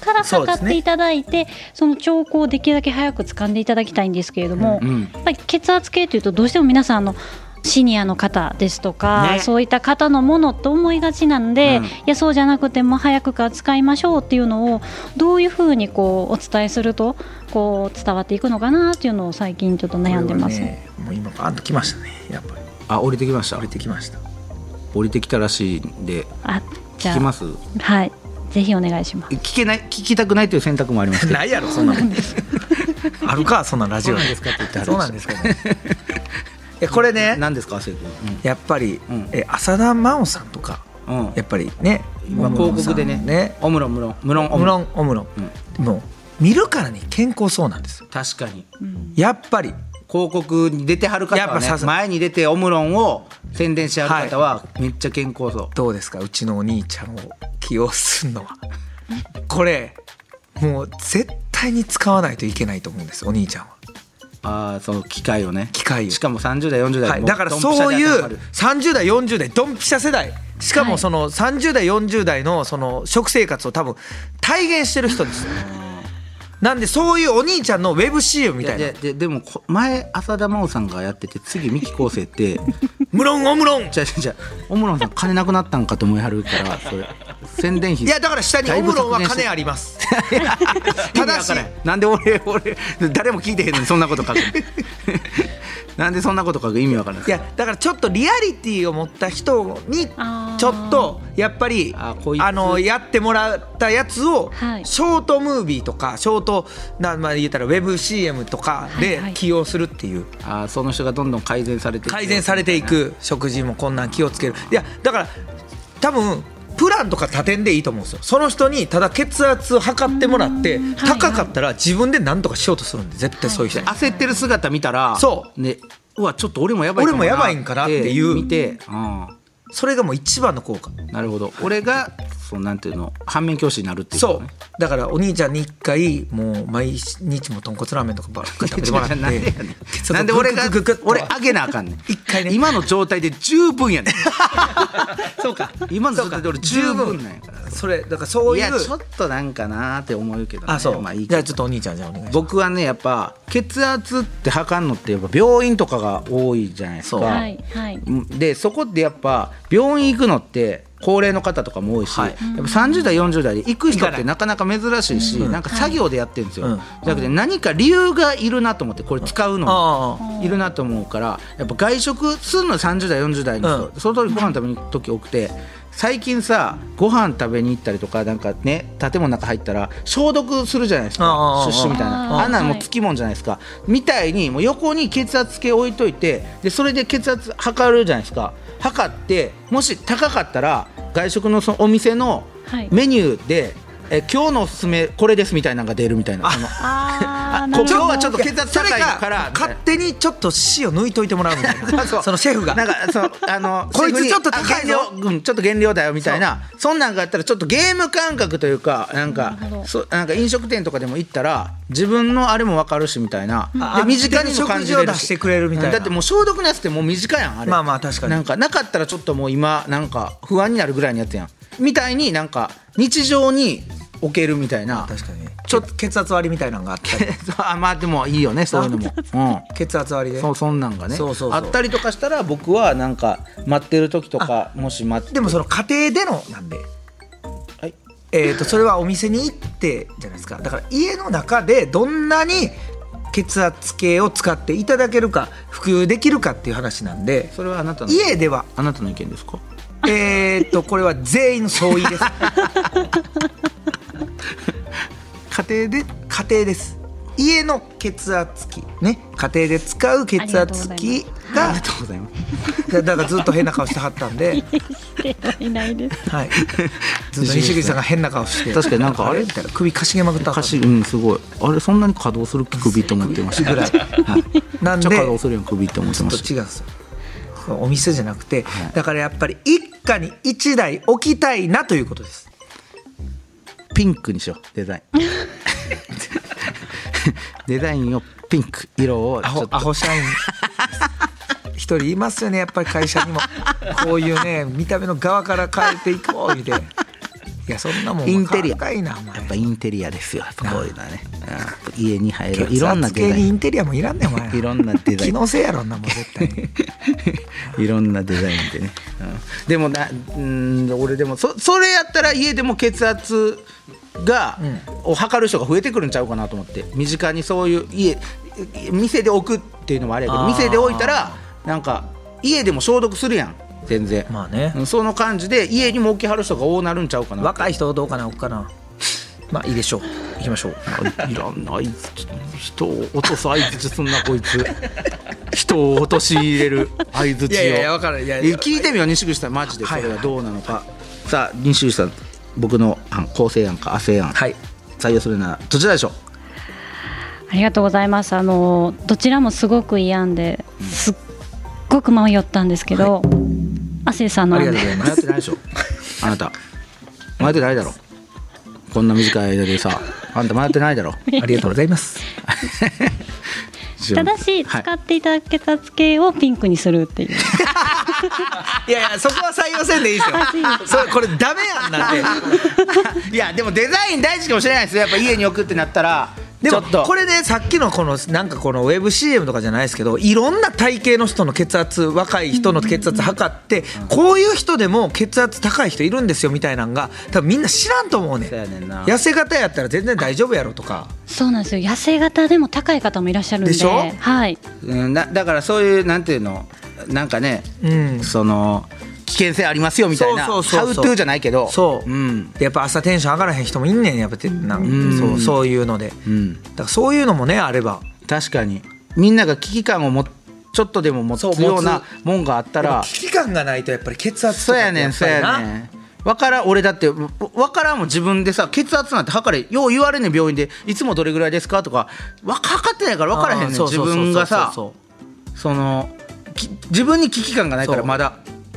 Speaker 5: から
Speaker 2: そうで
Speaker 5: 測
Speaker 2: す
Speaker 5: って
Speaker 2: ね
Speaker 5: いただいてそ,、の兆候をできるだけ早く掴んでいただきたいんですけれども、
Speaker 1: うん
Speaker 5: やっぱり血圧計というとどうしても皆さんあのシニアの方ですとか、
Speaker 2: ね
Speaker 5: そういった方のものと思いがちなんで、
Speaker 1: うん
Speaker 5: いやそうじゃなくても早くから使いましょうっていうのをどういうふうにこうお伝えするとこう伝わっていくのかなっていうのを最近ちょっと悩んでます。
Speaker 2: これはねもう今バーンときましたねやっぱり
Speaker 1: あ降りてきました
Speaker 2: 降りてきました。
Speaker 1: 降りてきたらしいんで
Speaker 5: あじ
Speaker 1: 聞
Speaker 5: ゃ
Speaker 1: きま
Speaker 5: あ
Speaker 1: す
Speaker 5: はいぜひお願いします。
Speaker 1: 聞けない聞きたくないという選択もありますけど
Speaker 2: ないやろそんなも ん。あるかそんなラジオに。そうなんですかね。いやこれね
Speaker 1: 何ですか亜生君
Speaker 2: やっぱり、
Speaker 1: うん
Speaker 2: え浅田真央さんとか
Speaker 1: うん、うん
Speaker 2: やっぱりね
Speaker 1: 今広告でねオムロンムロンムロンオ
Speaker 2: オ
Speaker 1: ム
Speaker 2: ム
Speaker 1: ロン
Speaker 2: ロンオムロン、もう見るからに健康そうなんですよ
Speaker 1: 確かに
Speaker 2: やっぱり
Speaker 1: 広告に出てはる方
Speaker 2: やっ
Speaker 1: は、
Speaker 2: ぱ
Speaker 1: ね
Speaker 2: さ、す
Speaker 1: 前に出てオムロンを宣伝してはる方はめっちゃ健康そう、
Speaker 2: どうですかうちのお兄ちゃんを起用するのはこれもう絶対に使わないといけないと思うんですお兄ちゃんは
Speaker 1: ああその機械をね
Speaker 2: 機械を
Speaker 1: しかも30代40代、
Speaker 2: はい、
Speaker 1: も
Speaker 2: だから
Speaker 1: ドンピシャ
Speaker 2: そう
Speaker 1: で
Speaker 2: い
Speaker 1: 当てはまる
Speaker 2: う30代40代ドンピシャ世代しかもその30代40代のその食生活を多分体現してる人ですよなんでそういうお兄ちゃんのウェブ CM みたい
Speaker 1: いや
Speaker 2: な
Speaker 1: でででもこ前浅田真央さんがやってて次三木昴生って
Speaker 2: 無論オムロン
Speaker 1: じゃじゃじゃオムロンさん金なくなったんかと思いはるからそれ宣伝費
Speaker 2: いやだから下に
Speaker 1: だい
Speaker 2: オ
Speaker 1: ぶ
Speaker 2: ムロンは
Speaker 1: 削減して
Speaker 2: 金あります
Speaker 1: ただしなんで俺俺誰も聞いてへんのにそ んなこと書くなんでそんなこと書く意味わからない
Speaker 2: いやだからちょっとリアリティを持った人に
Speaker 5: あー
Speaker 2: ちょっとやっぱり
Speaker 1: あ
Speaker 2: あ
Speaker 1: こいつ
Speaker 2: のやってもらったやつを
Speaker 5: はい
Speaker 2: ショートムービーとかショートなまあ言ったらウェブ CM とか
Speaker 5: はい
Speaker 2: で
Speaker 5: はい
Speaker 2: 起用するっていう
Speaker 1: あーその人がどんどん改善されていく
Speaker 2: 改善されていく食事もこんなん気をつけるいやだから多分プランとか他店でいいと思うんですよその人にただ血圧を測ってもらって
Speaker 5: んはいはい
Speaker 2: 高かったら自分で何とかしようとするんで絶対そういう人に
Speaker 1: 焦ってる姿見たら、
Speaker 2: そう
Speaker 1: ね、うわちょっと俺もやばいかもな
Speaker 2: 俺もやばいんかなっていう
Speaker 1: 見て、う
Speaker 2: それがもう一番の効果
Speaker 1: ん、なるほど俺がそうなんていうの反面教師になるっていうこと
Speaker 2: そ
Speaker 1: ね、
Speaker 2: うだからお兄ちゃんに一回もう毎日も豚骨ラーメンとかばっかり食べ てもらって
Speaker 1: なんでやねん
Speaker 2: 血圧を
Speaker 1: なんで俺が
Speaker 2: グッグッグッグッと
Speaker 1: 俺あげなあかんねん
Speaker 2: 一回ね
Speaker 1: 今の状態で十分やねん
Speaker 2: そうか
Speaker 1: 今の状態で俺十分なんやから
Speaker 2: それだからそう
Speaker 1: い
Speaker 2: いう
Speaker 1: やちょっとなんかなーって思うけど、ね、
Speaker 2: あそう、
Speaker 1: まあいいけ
Speaker 2: じゃ
Speaker 1: ど
Speaker 2: あちょっとお兄ちゃんじゃあお願いします
Speaker 1: 僕はねやっぱ血圧って測るのってやっぱ病院とかが多いじゃないですか
Speaker 2: そう
Speaker 5: はいはい。
Speaker 1: でそこってやっぱ病院行くのって高齢の方とかも多いし、
Speaker 2: はい
Speaker 1: やっぱ30代40代で行く人
Speaker 2: 行
Speaker 1: っ
Speaker 2: かな
Speaker 1: て
Speaker 2: い
Speaker 1: なかなか珍しいし、なんか作業でやってるんですよ、
Speaker 2: うん
Speaker 1: じゃなくて何か理由がいるなと思ってこれ使うの
Speaker 2: ああ
Speaker 1: いるなと思うからやっぱ外食するの30代40代の人、
Speaker 2: う
Speaker 1: 外にご飯食べに行く時多くて最近さご飯食べに行ったりとかなんかね建物の中入ったら消毒するじゃないですか
Speaker 2: ああ
Speaker 1: シュッシュみたい
Speaker 5: あ
Speaker 1: な
Speaker 5: あ
Speaker 1: あんなんもう
Speaker 5: はい
Speaker 1: つきもんじゃないですかみたいにもう横に血圧計置いといてでそれで血圧測るじゃないですか測ってもし高かったら外食のそのお店の
Speaker 5: はい
Speaker 1: メニューで、え今日のおすすめこれですみたいなのが出るみたいなその
Speaker 5: あーな
Speaker 1: こう
Speaker 5: るほど
Speaker 1: 今日はちょっと血圧高いから
Speaker 2: 勝手にちょっと塩抜いといてもらうみ たいなそのシェフが
Speaker 1: なんかそうあの
Speaker 2: こいつ
Speaker 1: シェフに
Speaker 2: ちょっと高いぞ
Speaker 1: あ減量うんちょっと減量だよみたいなそんなんがあったらちょっとゲーム感覚というかなんか
Speaker 5: なるほど
Speaker 1: そなんか飲食店とかでも行ったら自分のあれも分かるしみたいな
Speaker 2: あ
Speaker 1: で身近にも
Speaker 2: 食
Speaker 1: 感じれ
Speaker 2: 事を
Speaker 1: る
Speaker 2: 出
Speaker 1: し
Speaker 2: してくれるみたいな
Speaker 1: だってもう消毒のやつってもう短いやんあれ
Speaker 2: まあまあ確かに
Speaker 1: なんかなかったらちょっともう今なんか不安になるぐらいのやつやんみたいになんか日常に置けるみたいな
Speaker 2: 確かに
Speaker 1: ち
Speaker 2: ち
Speaker 1: ょ
Speaker 2: ょ
Speaker 1: っ
Speaker 2: っと血圧割りみたいなのがあ ったり
Speaker 1: あまあでもいいよねそういうのもうん
Speaker 2: 血圧割りで
Speaker 1: そうそんなんがね
Speaker 2: そうそうそう
Speaker 1: あったりとかしたら僕はなんか待ってる時とかもし待って
Speaker 2: でもその家庭でのなんで、
Speaker 1: はい
Speaker 2: えー、とそれはお店に行ってじゃないですかだから家の中でどんなに血圧計を使っていただけるか普及できるかっていう話なんで
Speaker 1: それはあなたの
Speaker 2: 家では
Speaker 1: あなたの意見ですか
Speaker 2: えー、とこれは全員の相違です家庭で家庭です家の血圧計ね家庭で使う血圧計
Speaker 1: あ
Speaker 2: が
Speaker 1: りがとうございます
Speaker 2: だだからずっと変な顔してはったんで、
Speaker 5: してはいないです。
Speaker 2: はい、ずっと西口さんが変な顔して
Speaker 1: 確かになんかあれ
Speaker 2: みたいな首かしげまくった
Speaker 1: 歌詞うんすごいあれそんなに稼働する首と思ってました
Speaker 2: ぐらい
Speaker 1: はいめっち
Speaker 2: な
Speaker 1: ゃ
Speaker 2: んで
Speaker 1: 稼働するやん首って思って
Speaker 2: ちょっ
Speaker 1: ま
Speaker 2: と
Speaker 1: した
Speaker 2: 違うんですよお店じゃなくて、だからやっぱり一家に一台置きたいなということです
Speaker 1: ピンクにしようデザインデザインをピンク色をち
Speaker 2: ア
Speaker 1: ょ
Speaker 2: ホ
Speaker 1: っと
Speaker 2: アホ社員一人いますよねやっぱり会社 にもこういうね見た目の側から変えていこうみたいないやそんなもん
Speaker 1: インテリア
Speaker 2: かいなお前
Speaker 1: やっぱインテリアですよやっぱこういうのはねうん家に入るい
Speaker 2: 血
Speaker 1: ろんな
Speaker 2: 圧
Speaker 1: デ
Speaker 2: 計
Speaker 1: ザ
Speaker 2: に
Speaker 1: イ
Speaker 2: イ
Speaker 1: ン
Speaker 2: ンテリアもいらんねんお前
Speaker 1: いろんなデザイン
Speaker 2: 気のせいやろんなもん絶 対に
Speaker 1: いろんなデザインでね、うんでもなうん俺でもそそれやったら家でも血圧が、を測る人が増えてくるんちゃうかなと思って身近にそういう家店で置くっていうのもあれやけど
Speaker 2: あー
Speaker 1: 店で置いたらなんか家でも消毒するやん全然、
Speaker 2: まあね
Speaker 1: うんその感じで家にも置きはる人が多なるんちゃうかな
Speaker 2: 若い人どうかなおっかなまあいいでしょう行きましょう
Speaker 1: いらんない人を落とす相槌すんなこいつ人を落とし入れる相槌を
Speaker 2: いやいやいやわかるいやいや
Speaker 1: え聞いてみよう西口さんマジでそれはどうなのか、さあ西口さん僕の案構成案か亜生案、
Speaker 2: はい
Speaker 1: 採用するならどちらでしょう
Speaker 5: ありがとうございます。あのどちらもすごく嫌んで、すっごく迷ったんですけど、亜生さんの
Speaker 2: あり
Speaker 5: 案
Speaker 2: がとうござ
Speaker 5: で
Speaker 1: 迷
Speaker 2: いま
Speaker 1: ってないでしょあなた迷ってないだろこんな短い間でさあんた迷ってないだろ
Speaker 2: すありがとうございます
Speaker 5: ただし
Speaker 1: はい
Speaker 5: 使っていただけた付けをピンクにするっていう。
Speaker 2: いやいやそこは採用せんでいいですよそれこれダメやんなんて
Speaker 1: いやでもデザイン大事かもしれないですよやっぱ家に置くってなったら
Speaker 2: でも
Speaker 1: ちょっと
Speaker 2: これねさっきのこのなんかこのウェブ CM とかじゃないですけどいろんな体型の人の血圧若い人の血圧測ってこういう人でも血圧高い人いるんですよみたいなんが多分みんな知らんと思うねん
Speaker 1: そうやねんな
Speaker 2: 痩せ型やったら全然大丈夫やろとか
Speaker 5: そうなんですよ。痩せ型でも高い方もいらっしゃるんで。
Speaker 2: でしょ
Speaker 5: はい。
Speaker 1: うん、だだからそういうなんていうのなんかね、
Speaker 2: うん
Speaker 1: その危険性ありますよみたいな
Speaker 2: そうそうそうそう
Speaker 1: ハウトゥーじゃないけど
Speaker 2: そう、
Speaker 1: ん
Speaker 2: でやっぱ朝テンション上がらへん人もいんねんやっぱてなんか
Speaker 1: ん
Speaker 2: そうそういうので、
Speaker 1: うん
Speaker 2: だからそういうのもねあれば
Speaker 1: 確かにみんなが危機感をもちょっとでも持つ
Speaker 2: そう持つ
Speaker 1: ようなもんがあったら
Speaker 2: 危機感がないとやっぱり血圧と
Speaker 1: そう
Speaker 2: か
Speaker 1: やねんそうやねんわからん俺だってわわからんもん自分でさ血圧なんて測れよう言われんねん病院でいつもどれぐらいですかとかわ測ってないから分からへんねん自分がさ
Speaker 2: そ
Speaker 1: そのき自分に危機感がないから
Speaker 2: そう
Speaker 1: まだ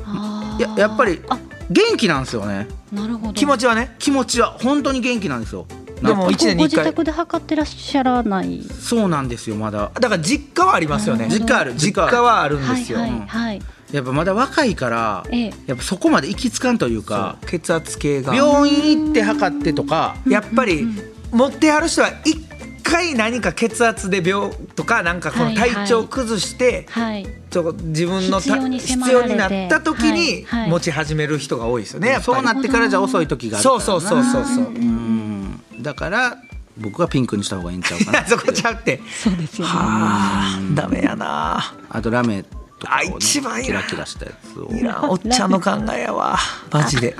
Speaker 5: あー
Speaker 1: ややっぱり
Speaker 5: あ、
Speaker 1: 元気なんですよね
Speaker 5: なるほど。
Speaker 2: 気持ちはね
Speaker 1: 気持ちは本当に元気なんですよ
Speaker 2: でも
Speaker 5: ご
Speaker 2: 一年に
Speaker 5: ご
Speaker 2: 一
Speaker 5: 自
Speaker 2: 回
Speaker 5: 宅で測ってらっしゃらない。
Speaker 1: そうなんですよまだ
Speaker 2: だから実家はありますよね
Speaker 1: 実家ある
Speaker 2: 実家はあるんで
Speaker 5: はい
Speaker 2: すよ、
Speaker 5: はいはい。
Speaker 1: やっぱまだ若いから、
Speaker 5: ええ
Speaker 1: やっぱそこまで行き着かんという
Speaker 2: が
Speaker 1: か
Speaker 2: 血圧計が
Speaker 1: 病院行って測ってとか
Speaker 2: やっぱり持ってはる人は一回何か血圧で病とかなんかこ
Speaker 5: は
Speaker 2: の
Speaker 5: いはい
Speaker 2: 体調崩して
Speaker 5: はい。
Speaker 2: ちょっと自分のた
Speaker 5: 必要に迫
Speaker 2: 必
Speaker 5: られ
Speaker 2: 要
Speaker 5: て
Speaker 2: になった時に
Speaker 5: はいはい
Speaker 2: 持ち始める人が多いですよねやっぱ
Speaker 1: そ
Speaker 2: り
Speaker 1: うなってからじゃ遅い時があるから
Speaker 2: そう
Speaker 1: な
Speaker 2: そうそうそうそう
Speaker 1: うんだから僕はピンクにした方がいいんちゃう かな
Speaker 2: そこちゃうって
Speaker 5: そうですよね。
Speaker 2: あーダメやな
Speaker 1: あとラメとかを、ね、
Speaker 2: あ一番い
Speaker 1: キ
Speaker 2: らん
Speaker 1: ラキラしたやつを
Speaker 2: いらんおっちゃんの考えやわマジで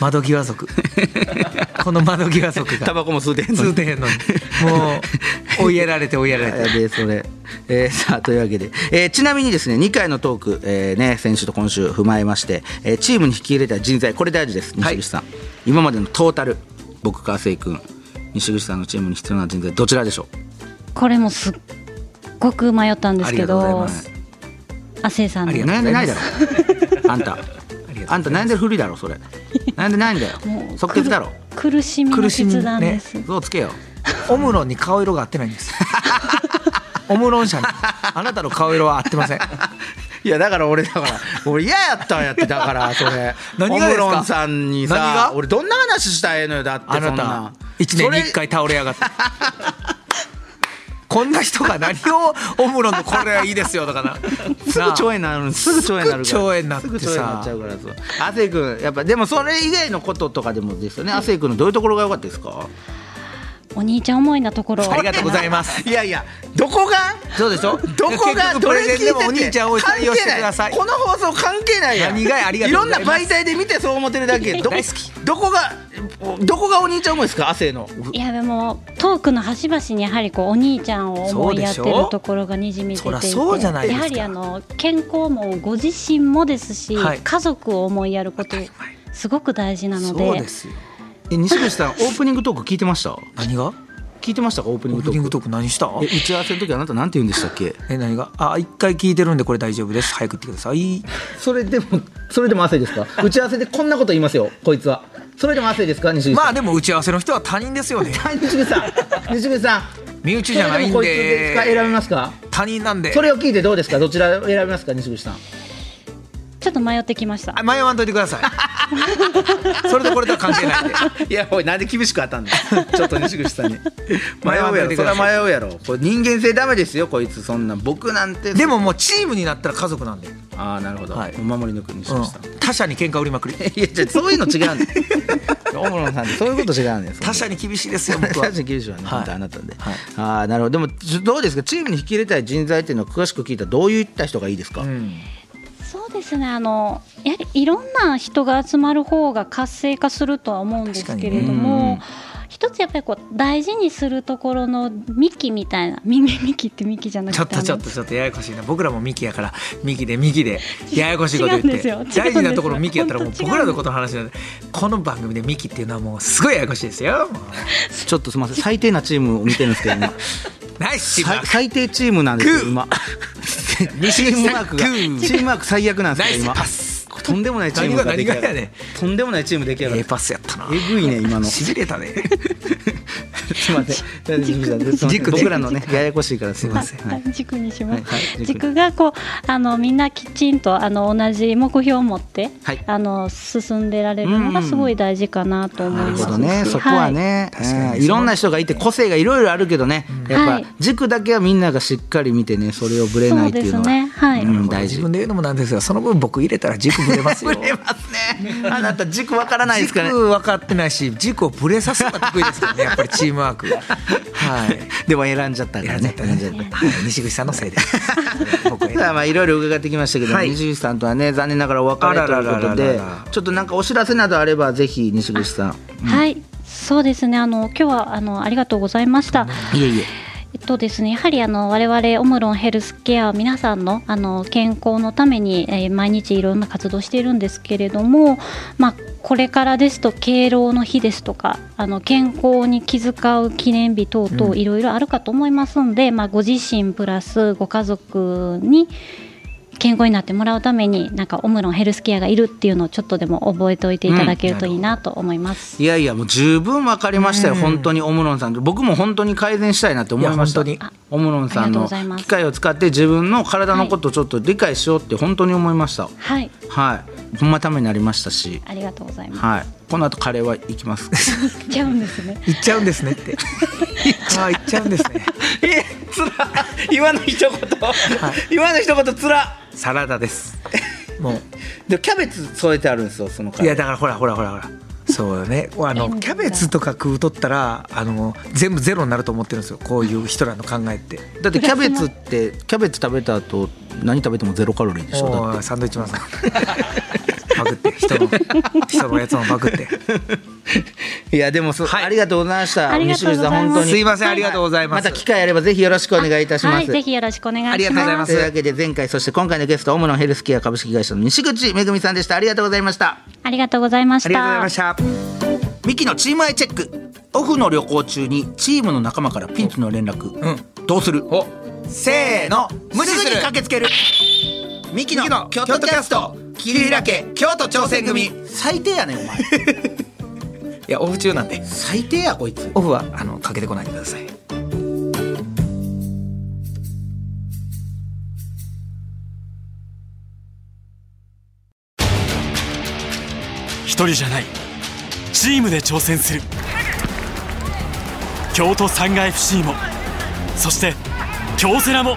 Speaker 2: 窓際族この窓際族が
Speaker 1: タバコも吸うてんのに
Speaker 2: 通天へんのにもう追いやられて追いやられて
Speaker 1: でそれ、えーさあというわけで、えーちなみにですね2回のトーク、えーね、先週と今週踏まえまして、えーチームに引き入れた人材これ大事です西口さん、今までのトータル僕かく君西口さんのチームに必要な人材どちらでしょう
Speaker 5: これもすっごく迷ったんですけ
Speaker 2: ありがとうご
Speaker 5: ど
Speaker 2: ざいます、
Speaker 5: 亜生さんの
Speaker 2: ありが
Speaker 1: 悩んでないだろ あんた
Speaker 2: りがとうございます
Speaker 1: あんた悩んでるふりだろそれ悩んでないんだよ
Speaker 5: もう
Speaker 1: 即決だろ
Speaker 5: 苦しみの
Speaker 2: 苦しみ
Speaker 5: 決断です。
Speaker 1: そうつけよ
Speaker 2: オムロンに顔色が合ってないんです オムロン社にあなたの顔色は合ってません
Speaker 1: いやだから俺だから俺嫌やったんやってだ からそれ
Speaker 2: 何がですか
Speaker 1: オムロンさんに
Speaker 2: 何
Speaker 1: さ
Speaker 2: が
Speaker 1: 俺どんな話したらええのよだって
Speaker 2: あ
Speaker 1: そ
Speaker 2: なんた
Speaker 1: な
Speaker 2: 一年に一回倒れ やがってこんな人が何をオムロンのこれはいいですよとかな
Speaker 1: すぐ
Speaker 2: な
Speaker 1: 腸炎になるのすぐ腸炎になるから
Speaker 2: すぐ腸炎になってさ
Speaker 1: すぐ腸炎になっちゃうからそう亜生君やっぱでもそれ以外のこととかでもですよね亜生君のどういうところが良かったですか
Speaker 5: お兄ちゃん思いなところ
Speaker 2: あありがとうございま す
Speaker 1: いやいやどこが
Speaker 2: そうでしょ
Speaker 1: どこが
Speaker 2: 結局プ
Speaker 1: どれ
Speaker 2: レゼ
Speaker 1: 聞いて
Speaker 2: ンで
Speaker 1: て
Speaker 2: もお兄ちゃんを採用してください
Speaker 1: 関係なこの放送関係ないやん
Speaker 2: 何がやありがとうございます
Speaker 1: ろんな媒体で見てそう思ってるだけど こ
Speaker 2: 大好き
Speaker 1: どこがどこがお兄ちゃん思いですか亜生の
Speaker 5: いやでもトークの端々にやはりこうお兄ちゃんを思いやってる
Speaker 2: そうでしょ
Speaker 5: ところがにじみ出てい
Speaker 2: そら
Speaker 5: て
Speaker 2: そうじゃないです
Speaker 5: や
Speaker 2: か
Speaker 5: はりあの健康もご自身もですし、
Speaker 2: はい
Speaker 5: 家族を思いやることすごく大事なので
Speaker 2: そうですよ
Speaker 1: え西口さんオープニングトーク聞いてました
Speaker 2: 何がオ
Speaker 1: 聞いてましたかオープニン
Speaker 2: ー
Speaker 1: グ
Speaker 2: プ
Speaker 1: ト
Speaker 2: ニン
Speaker 1: ー
Speaker 2: グ
Speaker 1: ク
Speaker 2: トーク何した
Speaker 1: え打ち合わせの時あなたなんて言うんでしたっけ
Speaker 2: え何があ一回聞いてるんでこれ大丈夫です早く言ってください
Speaker 1: それでもそれでも汗ですか打ち合わせでこんなこと言いますよこいつはそれでも汗ですか西口さん
Speaker 2: まあでも打ち合わせの人は他人ですよね
Speaker 1: はい、西口さん、西口さん、
Speaker 2: 身内じゃないん
Speaker 1: それで
Speaker 2: で
Speaker 1: もこいつですか選びますか
Speaker 2: 他人なんで
Speaker 1: それを聞いてどうですかどちらを選びますか西口さん
Speaker 5: ちょっと迷ってきました
Speaker 2: あ迷わんといてくださ いそれとこれとは関係ないんで
Speaker 1: いやおいなんで厳しく当たんのちょっと西口 さんに迷うやろそれは迷うやろこれ人間性ダメですよこいつそんな僕なんて
Speaker 2: でももうチームになったら家族なんで、うん
Speaker 1: ああなるほど、
Speaker 2: はい
Speaker 1: お守り抜く西口さん、
Speaker 2: 他者に喧嘩売りまくり
Speaker 1: いやじゃあそういうの違 うんだよ大室さんそういうこと違うんです
Speaker 2: 他者に厳しい ですよ僕は
Speaker 1: 確かに厳しいわね、
Speaker 2: はい
Speaker 1: 本当あなたで、
Speaker 2: はい
Speaker 1: ああなるほどでもちょどうですかチームに引き入れたい人材っていうのを詳しく聞いたらどういった人がいいですか、
Speaker 2: うん
Speaker 5: そうですねあのやはりいろんな人が集まる方が活性化するとは思うんですけれども、一つやっぱりこう大事にするところの幹みたいな耳幹って幹じゃなくて
Speaker 2: ちょっとちょっとちょっとややこしいな僕らもミキやからミキでミキでややこしいこと言
Speaker 5: 違うん
Speaker 2: っ
Speaker 5: ですよ違うん
Speaker 2: て
Speaker 5: ですよ
Speaker 2: 大事なところミキやったらもう
Speaker 5: 本当違うんです
Speaker 2: 僕らのことの話なんでこの番組でミキっていうのはもうすごいややこしいですよもう
Speaker 1: ちょっとすみません最低なチームを見てるんですけど今
Speaker 2: ナイスチームワー
Speaker 1: さ
Speaker 2: ク
Speaker 1: 最低チームなんですよ
Speaker 2: グー
Speaker 1: 今チームワークが
Speaker 2: グ
Speaker 1: チ
Speaker 2: ー
Speaker 1: ームワーク最悪なんですよ
Speaker 2: ナイ
Speaker 1: 今
Speaker 2: スパス
Speaker 1: とんでもないチームが出来上が
Speaker 2: 何が何がやね
Speaker 1: るとんでもないチーム出来上が
Speaker 2: ええ
Speaker 1: る
Speaker 2: パスやったな
Speaker 1: えぐいね今の
Speaker 2: しびれたね
Speaker 1: すみません西口さんすいません
Speaker 2: 軸
Speaker 1: 僕らのねややこしいからすみま
Speaker 5: は
Speaker 1: せん、
Speaker 5: いはい軸にします、
Speaker 1: はいはい軸
Speaker 5: 軸がこうあのみんなきちんとあの同じ目標を持って、
Speaker 1: はい
Speaker 5: あの進んでられるのがすごい大事かなと思い
Speaker 1: なる
Speaker 5: ます
Speaker 1: ほ
Speaker 5: し、
Speaker 1: どね、そこはね、
Speaker 2: 確かに
Speaker 1: うんいろんな人がいて個性がいろいろあるけどね、や
Speaker 5: は
Speaker 1: っ
Speaker 5: い
Speaker 1: ぱ軸だけはみんながしっかり見てねそれをぶれ
Speaker 5: そ
Speaker 1: ないっ
Speaker 5: う
Speaker 1: て
Speaker 5: で
Speaker 1: いう
Speaker 5: す
Speaker 1: のは
Speaker 5: ねはい、
Speaker 1: うん、大
Speaker 2: 自
Speaker 1: 事。
Speaker 2: 分で言うのもなんですがその分僕入れたら軸ぶれ ますよ
Speaker 1: ますね。あなた軸わからないですからね。
Speaker 2: 軸分かってないし軸をぶれさすのが得意ですからねやっぱりチームワーク がはい
Speaker 1: でも選んじゃったからね。
Speaker 2: 選んじゃったねはい西口さんのせいです 僕
Speaker 1: さあまあいろいろ伺ってきましたけど、
Speaker 2: はい
Speaker 1: 西口さんとはね残念ながらお別れ
Speaker 2: あ
Speaker 1: と
Speaker 2: らら
Speaker 1: いう
Speaker 2: ら
Speaker 1: こ
Speaker 2: ららら
Speaker 1: とでちょっとなんかお知らせなどあればぜひ西口さん
Speaker 5: はい、そうですね。あの今日はあのありがとうございました。
Speaker 1: いえいえ
Speaker 5: えっとですね、やはりあの我々オムロンヘルスケアは皆さんのあの健康のために、えー毎日いろんな活動しているんですけれども、まあこれからですと敬老の日ですとか、あの健康に気遣う記念日等々いろいろあるかと思いますので、まあご自身プラスご家族に。健康になってもらうためになんかオムロンヘルスケアがいるっていうのをちょっとでも覚えておいていただけるといいなと思います。
Speaker 1: いやいやもう十分わかりましたよ、本当にオムロンさんと僕も本当に改善したいなって思いました
Speaker 2: いや
Speaker 1: オ
Speaker 2: 本
Speaker 1: ムロンさん
Speaker 5: ありがと
Speaker 1: の
Speaker 5: うございます
Speaker 1: 機械を使って自分の体のことをちょっと理解しようって本当に思いました
Speaker 5: はい、
Speaker 1: はいほんまためになりましたし
Speaker 5: ありがとうございます。
Speaker 1: はいこの後カレーは行きます
Speaker 5: 行っちゃうんですね。
Speaker 2: 行っちゃうんですねってああ行っちゃうんですね
Speaker 1: えつら今の一言、今の一言つら
Speaker 2: サラダですも
Speaker 1: でキャベツ添えてあるんですよそのカ
Speaker 2: うい
Speaker 1: レ
Speaker 2: や
Speaker 1: ー
Speaker 2: だからほらほらほらほらそうよねあのキャベツとか食うとったらあの全部ゼロになると思ってるんですよこういう人らの考えって
Speaker 1: だってキャベツってキャベツ食べた後何食べてもゼロカロリーでしょだ
Speaker 2: お
Speaker 1: っ
Speaker 2: い
Speaker 1: て
Speaker 2: サンドイッチマンさんパクって人の人のやつもパクって
Speaker 1: いやでもそ、
Speaker 2: はい
Speaker 1: ありがとうございました
Speaker 5: ありがとうござ
Speaker 1: 西口さ
Speaker 5: います
Speaker 1: ん本当に
Speaker 2: すいませんありがとうございま、
Speaker 1: ますた機会あればぜひよろしくお願いいたします。
Speaker 5: はい、ぜひよろしくお願いします。
Speaker 2: ありがとうございます
Speaker 1: というわけで前回そして今回のゲストオムのヘルスケア株式会社の西口めぐみさんでしたありがとうございました
Speaker 5: ありがとうございまし
Speaker 2: あ
Speaker 5: た。
Speaker 2: りがとうございました
Speaker 1: ミキのチームアイチェックオフの旅行中にチームの仲間からピンチの連絡、
Speaker 2: うん
Speaker 1: どうする
Speaker 2: おせーの無視す
Speaker 1: すぐ
Speaker 2: る
Speaker 1: に駆けつけるミキの
Speaker 2: ミキの
Speaker 1: 京都キャスト
Speaker 2: 桐平家京都挑戦組い
Speaker 1: 最低やねんお前
Speaker 2: やオフ中なんで
Speaker 1: 最低やこいつ
Speaker 2: オフはあのかけてこないでください
Speaker 6: 一人じゃないチームで挑戦する京都サンガ FC もそして京セラも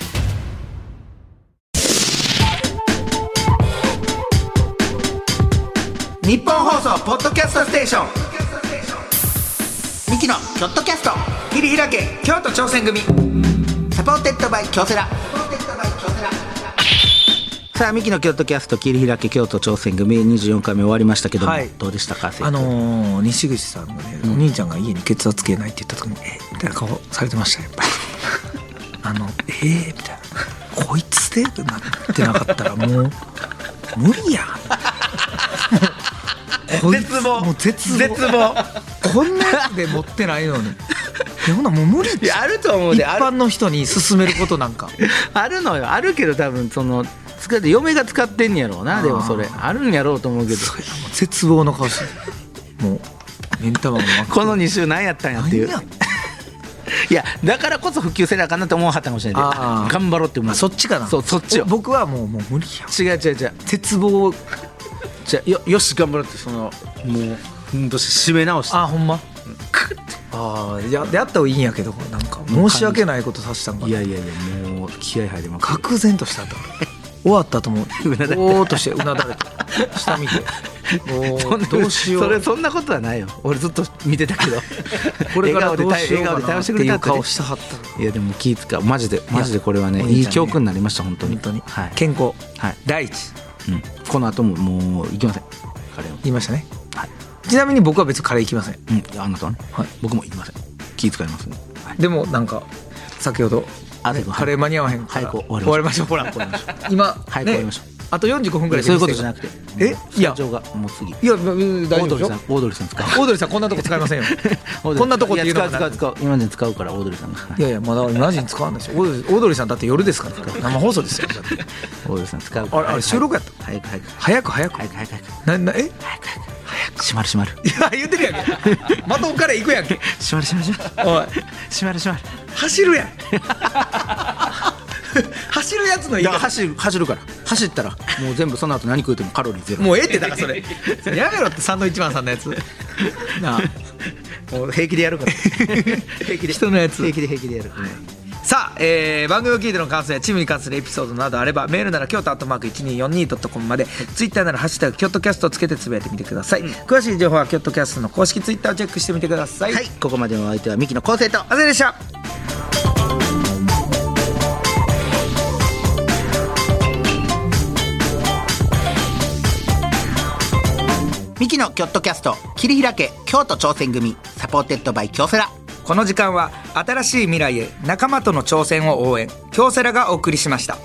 Speaker 1: 日本放送ポッドキャストステーションミキのキョットキャスト
Speaker 2: 桐平家京都挑戦組
Speaker 1: サポーテッドバイ京セラさあミキの京都キャスト切り開け京都挑戦組24回目終わりましたけども、
Speaker 2: はい
Speaker 1: どうでしたか生徒
Speaker 2: あのー、西口さん がね、お兄ちゃんが家に血圧計ないって言った時にえみたいな顔されてましたやっぱりあの「えー」みたいな「こいつで?」なってなかったらもう無理やんこいつ
Speaker 1: 絶望
Speaker 2: もう絶望
Speaker 1: 絶望
Speaker 2: こんなやつで持ってないのにでほなもう無理っ
Speaker 1: い
Speaker 2: て
Speaker 1: やあると思う
Speaker 2: 一
Speaker 1: である
Speaker 2: 般の人に勧めることなんか
Speaker 1: あるのよあるけど多分その使って嫁が使ってんやろうなでもそれあるんやろうと思うけど
Speaker 2: もう絶望の顔してもう目ん玉も真っ
Speaker 1: この2週何やったんや
Speaker 2: 赤
Speaker 1: っていう
Speaker 2: 何や
Speaker 1: いやだからこそ復旧せなあかんなと思わはったかもしれない
Speaker 2: あー
Speaker 1: 頑張ろうって思
Speaker 2: あ
Speaker 1: う
Speaker 2: そっちかな
Speaker 1: そうそっちよ
Speaker 2: お僕はもうもう無理や
Speaker 1: 違う違う違う
Speaker 2: 絶望
Speaker 1: じゃあよよし頑張ろうってそのもうほんと締め直して
Speaker 2: あほんまああややった方がいいんやけどなんか申し訳ないことさせたんか
Speaker 1: い
Speaker 2: な
Speaker 1: やいやいやもう気合入りまく
Speaker 2: 愕然としたと終わったと思う
Speaker 1: うなだれた
Speaker 2: おーっとしてうなだれて下見て も
Speaker 1: そんな
Speaker 2: うどうしよう
Speaker 1: それそんなことはないよ俺ずっと見てた けど
Speaker 2: これから
Speaker 1: 笑
Speaker 2: ど
Speaker 1: 顔で
Speaker 2: うしよう
Speaker 1: 笑顔で対応
Speaker 2: かなっ
Speaker 1: しててくれ
Speaker 2: い
Speaker 1: た
Speaker 2: う
Speaker 1: ってね
Speaker 2: 顔したはった
Speaker 1: いやでも気使うマジでマジでこれはね
Speaker 2: いや
Speaker 1: いい教訓になりました本当に
Speaker 2: 本当に
Speaker 1: はい、
Speaker 2: 健康
Speaker 1: はい
Speaker 2: 第一
Speaker 1: うん、この後ももう行きませんカレーを
Speaker 2: 言いましたねちなみに僕は別にカレー行きません
Speaker 1: うんあなたはね、
Speaker 2: はい
Speaker 1: 僕も行きません気使いますね
Speaker 2: でもなんか先ほど
Speaker 1: あ
Speaker 2: ね
Speaker 1: でも
Speaker 2: カレー間に合わへんから
Speaker 1: 早く終わりましょう
Speaker 2: ましょうほら
Speaker 1: 終わりましょう
Speaker 2: 今
Speaker 1: 早く終わりましょう
Speaker 2: ねあと45分ぐらいで
Speaker 1: そういうことじゃなくて
Speaker 2: えいや
Speaker 1: 社長がもう次
Speaker 2: い
Speaker 1: オ
Speaker 2: やま大
Speaker 1: ー
Speaker 2: 丈
Speaker 1: ドリ
Speaker 2: 夫
Speaker 1: ー
Speaker 2: でし
Speaker 1: さ
Speaker 2: ょ
Speaker 1: んオードリーさん使う
Speaker 2: オードリーさんこんなとこ使いませんよ
Speaker 1: オードリーさん
Speaker 2: こんなとこっていう
Speaker 1: い
Speaker 2: のも
Speaker 1: や
Speaker 2: な
Speaker 1: 使う使う使う今まで使うからオードリーさんがはい
Speaker 2: いやいやまだマジに使わんでしょオードリーオードリーさんだって夜ですから生放送ですよだって
Speaker 1: オードリーさん使うか
Speaker 2: あ
Speaker 1: ら
Speaker 2: れあれ収録やった
Speaker 1: 早く早く早く
Speaker 2: 早
Speaker 1: 早
Speaker 2: く早く
Speaker 1: く早く早く
Speaker 2: ななえい
Speaker 1: 早く早く早く閉まる閉まる
Speaker 2: や言ってるやんけまたおから行くやんけ
Speaker 1: 閉まる閉まる閉まる
Speaker 2: おい
Speaker 1: 閉まる閉まる
Speaker 2: 走 るやん走るやつの言い
Speaker 1: だから
Speaker 2: 方
Speaker 1: 走る走るから走ったらもう全部その後何食うてもカロリーゼロ
Speaker 2: もうええってだからそれ やめろってサンドイッチマンさんのやつなあ
Speaker 1: もう平気でやるから 平気で
Speaker 2: 人のやつ
Speaker 1: 平気で平気でやる、
Speaker 2: さあ、えー番組を聞いての感想やチームに関するエピソードなどあればメールなら京都アットマーク 1242.com までツイッターなら「ハッシュタグ京都キャスト」をつけてつぶやいてみてください、詳しい情報は京都キャストの公式ツイッターをチェックしてみてください、
Speaker 1: はいここまでのお相手はミキの昴生と
Speaker 2: あぜでした
Speaker 1: ミキのキョットキャスト切り開け京都挑戦組サポーテッドバイ京セラ
Speaker 2: この時間は新しい未来へ仲間との挑戦を応援京セラがお送りしました